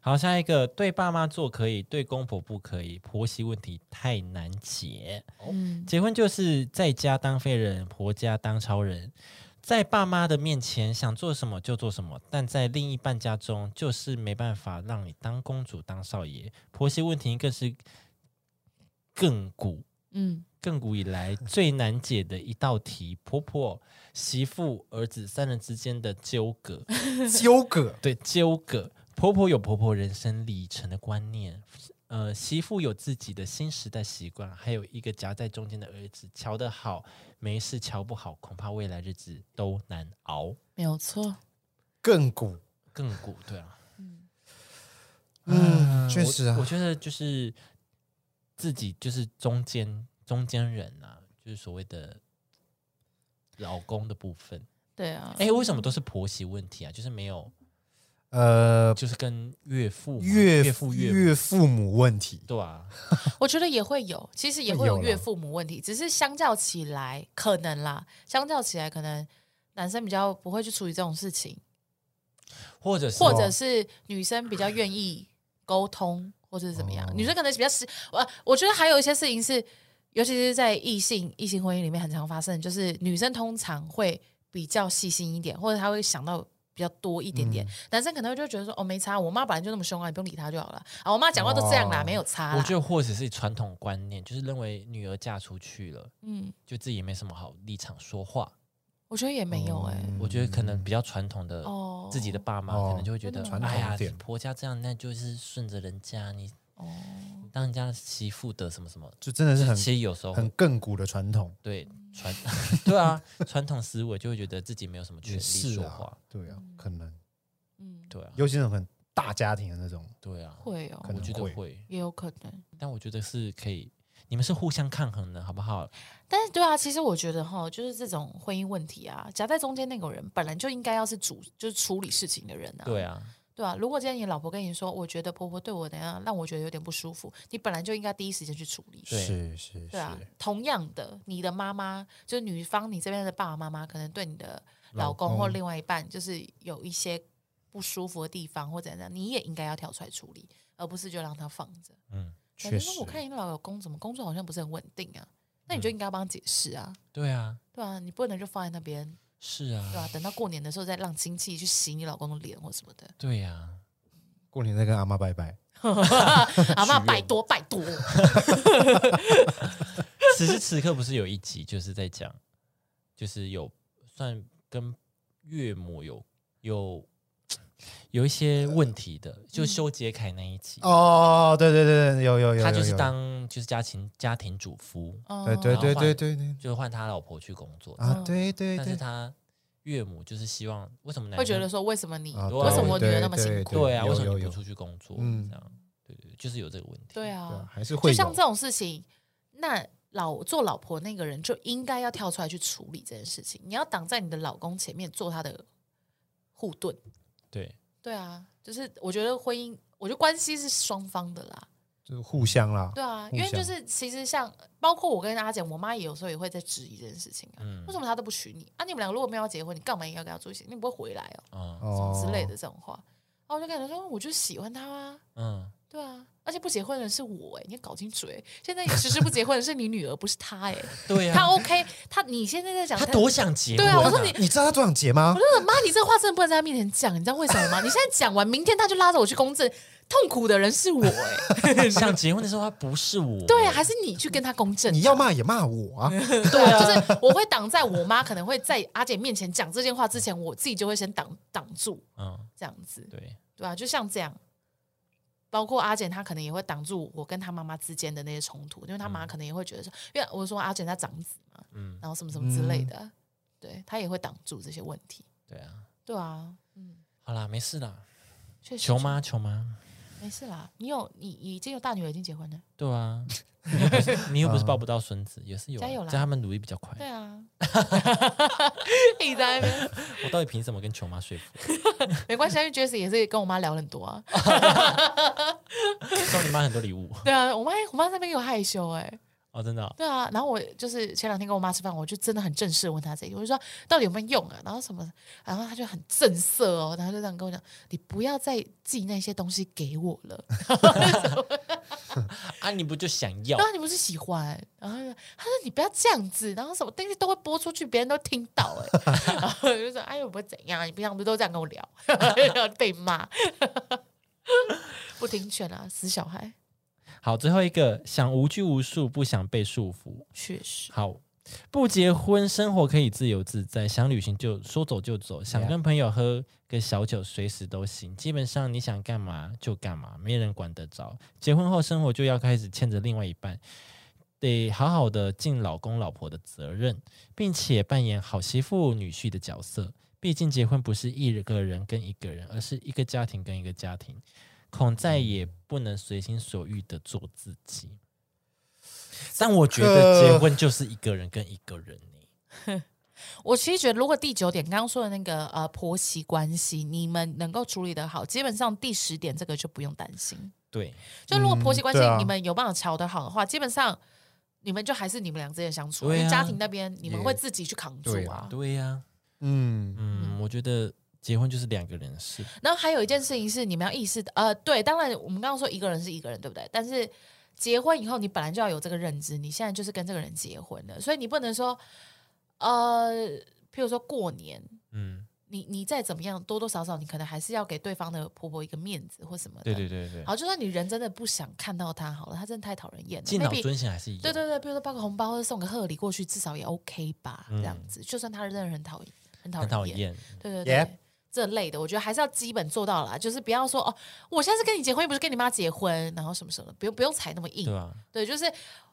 Speaker 1: 好，下一个对爸妈做可以，对公婆不可以，婆媳问题太难解。
Speaker 2: 嗯，
Speaker 1: 结婚就是在家当废人，婆家当超人，在爸妈的面前想做什么就做什么，但在另一半家中就是没办法让你当公主当少爷。婆媳问题更是亘古
Speaker 2: 嗯，
Speaker 1: 亘古以来最难解的一道题，婆婆、媳妇、儿子三人之间的纠葛。
Speaker 3: 纠葛
Speaker 1: 对纠葛。婆婆有婆婆人生里程的观念，呃，媳妇有自己的新时代习惯，还有一个夹在中间的儿子，瞧得好没事，瞧不好恐怕未来日子都难熬。
Speaker 2: 没有错。
Speaker 3: 亘古，
Speaker 1: 亘古，对啊，
Speaker 3: 嗯，
Speaker 1: 嗯
Speaker 3: 确实啊
Speaker 1: 我，我，觉得就是自己就是中间中间人啊，就是所谓的老公的部分。
Speaker 2: 对啊，
Speaker 1: 哎，为什么都是婆媳问题啊？就是没有，
Speaker 3: 呃，
Speaker 1: 就是跟岳父嘛、
Speaker 3: 岳
Speaker 1: 岳父、岳母
Speaker 3: 岳父母问题，
Speaker 1: 对啊，
Speaker 2: 我觉得也会有，其实也会
Speaker 3: 会
Speaker 2: 有
Speaker 3: 有啦
Speaker 2: 岳父母问题，只是相较起来，可能啦，相较起来，可能男生比较不会去处理这种事情，
Speaker 1: 或者是
Speaker 2: 或者是女生比较愿意沟通，或者是怎么样，女生可能比较实。我我觉得还有一些事情是，尤其是在异性异性婚姻里面很常发生，就是女生通常会比较细心一点，或者她会想到。比较多一点点，男生可能就觉得说哦没差，我妈本来就那么凶啊，你不用理她就好了啊，我妈讲话都这样啦，
Speaker 3: 哦
Speaker 2: 没有差啦。
Speaker 1: 我觉得或者是传统观念，就是认为女儿嫁出去了，
Speaker 2: 嗯，
Speaker 1: 就自己也没什么好立场说话。
Speaker 2: 我觉得也没有哎、
Speaker 3: 嗯
Speaker 1: 我觉得可能比较传统的
Speaker 2: 哦
Speaker 1: 自己的爸妈，
Speaker 3: 哦
Speaker 1: 可能就会觉得
Speaker 2: 真的，
Speaker 3: 吗
Speaker 1: 哎
Speaker 3: 传
Speaker 1: 呀
Speaker 3: 统点，
Speaker 1: 婆家这样，那就是顺着人家，你
Speaker 2: 哦，
Speaker 1: 当人家媳妇的什么什么。
Speaker 3: 就真的是很
Speaker 1: 其实有时候
Speaker 3: 很亘古的传统，
Speaker 1: 对传 对啊，传统思维就会觉得自己没有什么权
Speaker 3: 也
Speaker 1: 利
Speaker 3: 是
Speaker 1: 说
Speaker 3: 啊
Speaker 1: 话。，
Speaker 3: 对啊，可能，
Speaker 2: 嗯，
Speaker 1: 对啊，
Speaker 3: 尤其是那种很大家庭的那种，
Speaker 1: 对啊，
Speaker 2: 会哦
Speaker 3: 可，
Speaker 1: 我
Speaker 3: 能
Speaker 1: 觉得
Speaker 3: 会
Speaker 1: 会，
Speaker 2: 也有可能。
Speaker 1: 但我觉得是可以，你们是互相抗衡的，好不好？
Speaker 2: 但是对啊，其实我觉得哈，就是这种婚姻问题啊，夹在中间那个人本来就应该要是主，就是处理事情的人啊。
Speaker 1: 对啊，
Speaker 2: 对啊，如果今天你老婆跟你说，我觉得婆婆对我怎样，让我觉得有点不舒服，你本来就应该第一时间去处理。
Speaker 1: 对
Speaker 3: 是是
Speaker 2: 对啊
Speaker 3: 是，，
Speaker 2: 同样的，你的妈妈就是女方，你这边的爸爸妈妈可能对你的
Speaker 3: 老
Speaker 2: 老公或
Speaker 3: 公
Speaker 2: 另外一半，就是有一些不舒服的地方或怎样，你也应该要跳出来处理，而不是就让他放着。
Speaker 1: 嗯，
Speaker 2: 反
Speaker 3: 确
Speaker 2: 正
Speaker 3: 实嗯
Speaker 2: 我看你老公怎么工作好像不是很稳定啊，那你就应该帮他解释啊，
Speaker 1: 对啊，
Speaker 2: 对啊，你不能就放在那边，
Speaker 1: 是啊，，
Speaker 2: 对吧、等到过年的时候再让亲戚去洗你老公的脸或什么 的
Speaker 1: 对啊呀。
Speaker 3: 过年再跟阿妈拜拜，
Speaker 2: 阿妈拜托拜 托，
Speaker 1: 此时此刻不是有一集就是在讲，就是有算跟岳母有有有一些问题的，就修杰楷那一集，
Speaker 3: 嗯哦，对对对对，有有有有，
Speaker 1: 他就是
Speaker 3: 有
Speaker 1: 当就是家庭家庭主夫，
Speaker 3: 对
Speaker 2: 哦
Speaker 3: 对对
Speaker 1: 然后
Speaker 3: 对
Speaker 1: 换
Speaker 3: 对对
Speaker 1: 就换他老婆去工作，
Speaker 3: 啊，
Speaker 2: 嗯
Speaker 3: 对对
Speaker 1: 但是
Speaker 3: 对，
Speaker 1: 他岳母就是希望为什么男
Speaker 2: 会觉
Speaker 1: 人
Speaker 2: 得说为什么你，
Speaker 3: 啊
Speaker 1: 对
Speaker 2: 为什么我女儿那么
Speaker 3: 对
Speaker 2: 辛
Speaker 3: 对
Speaker 2: 苦？
Speaker 1: 对啊，
Speaker 3: 有
Speaker 1: 为什么
Speaker 3: 有
Speaker 1: 你
Speaker 3: 有
Speaker 1: 不出去工作？
Speaker 3: 嗯
Speaker 1: 这样对对，对就是有这个问题。
Speaker 2: 对
Speaker 3: 对
Speaker 2: 啊
Speaker 3: 啊，还是会
Speaker 2: 就
Speaker 3: 有
Speaker 2: 像这种事情，那老做老婆那个人就应该要跳出来去处理这件事情。你要挡在你的老公前面做他的护盾。
Speaker 1: 对，
Speaker 2: 对啊，就是我觉得婚姻，我觉得关系是双方的啦。
Speaker 3: 就是互相啦。
Speaker 2: 对啊，
Speaker 3: 互
Speaker 2: 因为就
Speaker 3: 相
Speaker 2: 是其实像包括我跟阿姐，我妈也有时候也会在质疑这件事情
Speaker 1: 嗯
Speaker 2: 啊。为什么她都不娶你啊？你们两个如果没有要结婚，你干嘛硬要跟她住一起？你不会回来哦，
Speaker 1: 嗯
Speaker 2: 什
Speaker 3: 哦
Speaker 2: 么之类的这种话。然后我就跟她说，我就喜欢她啊，
Speaker 1: 嗯，
Speaker 2: 对啊，而且不结婚的是我哎、你要搞清楚哎、现在你迟迟不结婚的是你女儿，不是她哎、
Speaker 1: 对
Speaker 2: 她
Speaker 1: 呀，
Speaker 2: OK，她你现在在讲
Speaker 1: 他多想结婚
Speaker 2: 对啊我说
Speaker 1: 啊
Speaker 2: 你，
Speaker 3: 你知道他多想结吗
Speaker 2: 我？就说妈，你这话真的不能在他面前讲，你知道为什么吗？你现在讲完，明天他就拉着我去公证，痛苦的人是我 哎、
Speaker 1: 啊想结婚的时候他不是我，欸
Speaker 2: 对，啊还是你去跟他公证，
Speaker 3: 你要骂也骂我啊！
Speaker 2: 对啊，就是我会挡在我妈可能会在阿姐面前讲这件话之前，我自己就会先挡挡住，
Speaker 1: 嗯，
Speaker 2: 这样子，
Speaker 1: 对，
Speaker 2: 对啊吧、就像这样，包括阿简她可能也会挡住我跟她妈妈之间的那些冲突，因为她妈可能也会觉得说，因为我说阿简她长子嘛，
Speaker 1: 嗯，
Speaker 2: 然后什么什么之类的，对她也会挡住这些问题，
Speaker 1: 对啊，
Speaker 2: 对啊，
Speaker 1: 好啦，没事啦，
Speaker 2: 确实
Speaker 1: 求妈求妈，
Speaker 2: 没事啦，你有你已经有大女儿已经结婚了，
Speaker 1: 对 啊，你又不是你又不是抱不到孙子，也是有啊，
Speaker 2: 加油啦
Speaker 1: 叫他们努力比较快。
Speaker 2: 对 啊，一直在那边。
Speaker 1: 我到底凭什么跟球妈 说服？
Speaker 2: 没关系啊，因为 Jesse 也是跟我妈聊了很多啊。
Speaker 1: 送你妈很多礼物
Speaker 2: 对啊，我妈我妈那边有害羞哎、
Speaker 1: 哦，真的哦、
Speaker 2: 对啊。然后我就是前两天跟我妈吃饭，我就真的很正式地问她这个，我就说到底有没有用啊？然后什么，然后她就很正色哦，然后就这样跟我讲，你不要再寄那些东西给我了，
Speaker 1: 啊，你不就想要
Speaker 2: 然？后你不是喜欢，然后她就她说你不要这样子，然后什么东西都会播出去，别人都听到哎、 然后我就说哎呦，不会怎样，你平常不是都这样跟我聊， 然后被骂， 不听劝啊，死小孩，
Speaker 1: 好，最后一个想无拘无束，不想被束缚。
Speaker 2: 确实。
Speaker 1: 好，不结婚，生活可以自由自在，想旅行就说走就走，想
Speaker 3: Yeah
Speaker 1: 跟朋友喝个小酒，随时都行。基本上你想干嘛就干嘛，没人管得着。结婚后生活就要开始牵着另外一半，得好好的尽老公老婆的责任，并且扮演好媳妇女婿的角色。毕竟结婚不是一个人跟一个人，而是一个家庭跟一个家庭。恐再也不能随心所欲的做自己。但我觉得结婚就是一个人跟一个人欸
Speaker 2: 我其实觉得，如果第九点刚刚说的那个呃婆媳关系，你们能够处理得好，基本上第十点这个就不用担心。
Speaker 1: 对，
Speaker 2: 就如果婆媳关系、
Speaker 3: 嗯对啊
Speaker 2: 你们有办法调得好的话，基本上你们就还是你们俩之间相处，
Speaker 1: 对啊
Speaker 2: 因为家庭那边你们
Speaker 3: 也
Speaker 2: 会自己去扛住
Speaker 3: 对
Speaker 2: 啊。
Speaker 1: 对呀、
Speaker 3: 嗯，
Speaker 1: 嗯，我觉得结婚就是两个人的事，
Speaker 2: 然后还有一件事情是你们要意识，呃，对，当然我们刚刚说一个人是一个人，对不对？但是结婚以后，你本来就要有这个认知，你现在就是跟这个人结婚了，所以你不能说，呃，譬如说过年，
Speaker 1: 嗯，
Speaker 2: 你你再怎么样，多多少少你可能还是要给对方的婆婆一个面子或什么的。
Speaker 1: 对对对对
Speaker 2: 好，，就算你人真的不想看到她好了，她真的太讨人厌了。
Speaker 1: 敬老
Speaker 2: Maybe-
Speaker 1: 尊贤还是一样，
Speaker 2: 对对对，比如说包个红包或者送个贺礼过去，至少也 OK 吧？
Speaker 1: 嗯
Speaker 2: 这样子，就算她真的很讨厌，很讨
Speaker 1: 很讨
Speaker 2: 人厌，
Speaker 1: 厌，
Speaker 2: 对对对。
Speaker 3: Yep
Speaker 2: 这类的，我觉得还是要基本做到啦，就是不要说哦，我现在是跟你结婚，又不是跟你妈结婚，然后什么什么的，不用不用踩那么硬
Speaker 1: 对。啊吧？
Speaker 2: 对，就是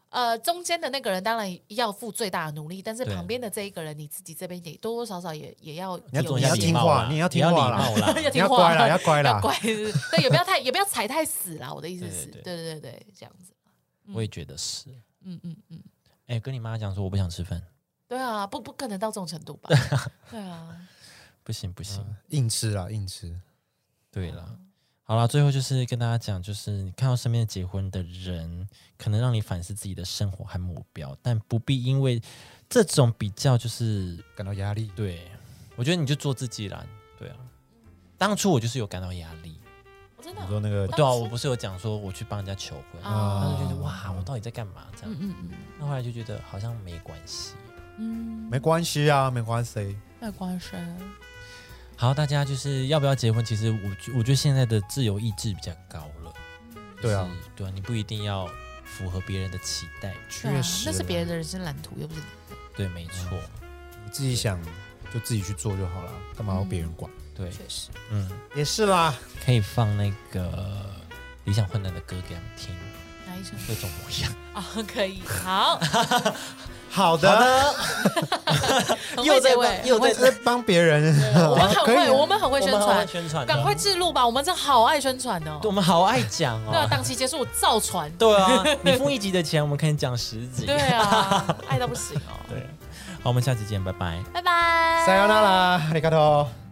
Speaker 2: 呃，中间的那个人当然要付最大的努力，但是
Speaker 1: 对
Speaker 2: 旁边的这一个人，你自己这边也多多少少也也要
Speaker 1: 你要
Speaker 2: 有
Speaker 1: 做
Speaker 2: 一
Speaker 1: 一下
Speaker 3: 你要
Speaker 2: 些
Speaker 1: 礼
Speaker 3: 听
Speaker 1: 貌
Speaker 3: 话
Speaker 1: 啦，
Speaker 3: 你要
Speaker 1: 也
Speaker 3: 听
Speaker 1: 要礼
Speaker 3: 话啦
Speaker 1: 貌啦，
Speaker 2: 要
Speaker 3: 你
Speaker 2: 听
Speaker 3: 要
Speaker 2: 话
Speaker 3: 乖啦，要乖啦
Speaker 2: 要。乖，是不是对，也不要太也不要踩太死啦，我的意思是，
Speaker 1: 对对
Speaker 2: 对对对对，这样子，
Speaker 1: 我也觉得是。
Speaker 2: 嗯嗯嗯，
Speaker 1: 哎，跟你妈讲说我不想吃饭，
Speaker 2: 对啊，不不可能到这种程度吧？对啊，
Speaker 1: 不行不行，
Speaker 3: 硬吃啊，硬吃。
Speaker 1: 对啦。
Speaker 2: 嗯
Speaker 1: 好啦，最后就是跟大家讲，就是你看到身边结婚的人，可能让你反思自己的生活和目标，但不必因为这种比较，就是
Speaker 3: 感到压力。
Speaker 1: 对，我觉得你就做自己啦。对啊，当初我就是有感到压力。
Speaker 2: 我哦真的
Speaker 3: 你说那个
Speaker 2: 当
Speaker 1: 对啊，
Speaker 2: 初
Speaker 1: 我不是有讲说我去帮人家求婚，然
Speaker 2: 啊
Speaker 1: 后就觉得哇，我到底在干嘛这
Speaker 2: 嗯
Speaker 1: 样？
Speaker 2: 嗯嗯
Speaker 1: 那后来就觉得好像没关系。
Speaker 2: 嗯，
Speaker 3: 没关系啊，没关系。
Speaker 2: 没关系，
Speaker 1: 好，大家就是要不要结婚？其实我觉我觉得现在的自由意志比较高了。
Speaker 3: 对啊，
Speaker 1: 就是对啊，你不一定要符合别人的期待。
Speaker 2: 对啊
Speaker 3: 确实
Speaker 2: 那是别人的人生蓝图，又不是你
Speaker 1: 对，没错。
Speaker 3: 你自己想就自己去做就好了，干
Speaker 2: 嗯
Speaker 3: 嘛要别人管？
Speaker 1: 对，
Speaker 2: 确实，
Speaker 1: 嗯，
Speaker 3: 也是啦，
Speaker 1: 可以放那个理想混蛋的歌给他们听，
Speaker 2: 哪一生
Speaker 1: 各种模样。
Speaker 2: 啊？可以，好，
Speaker 3: 好的，
Speaker 2: 很
Speaker 1: 又
Speaker 2: 会
Speaker 1: 在
Speaker 2: 结
Speaker 1: 帮
Speaker 2: 尾，
Speaker 1: 又在
Speaker 3: 这是帮 别人，
Speaker 2: 我们很
Speaker 3: 可以
Speaker 2: 会，
Speaker 3: 啊
Speaker 2: 我们很会宣
Speaker 1: 我们好爱
Speaker 2: 传，
Speaker 1: 宣传的，
Speaker 2: 赶快制录吧！我们真好爱宣传哦
Speaker 1: 对，。我们好爱讲
Speaker 2: 对啊，
Speaker 1: 哦。
Speaker 2: 档期结束我造船。
Speaker 1: 对啊，你付一集的钱，我们可以讲十集。
Speaker 2: 对啊，爱到不行哦。
Speaker 1: 对，好，我们下期见，拜拜。
Speaker 2: 拜拜。
Speaker 3: 塞 a 那拉，阿里嘎多。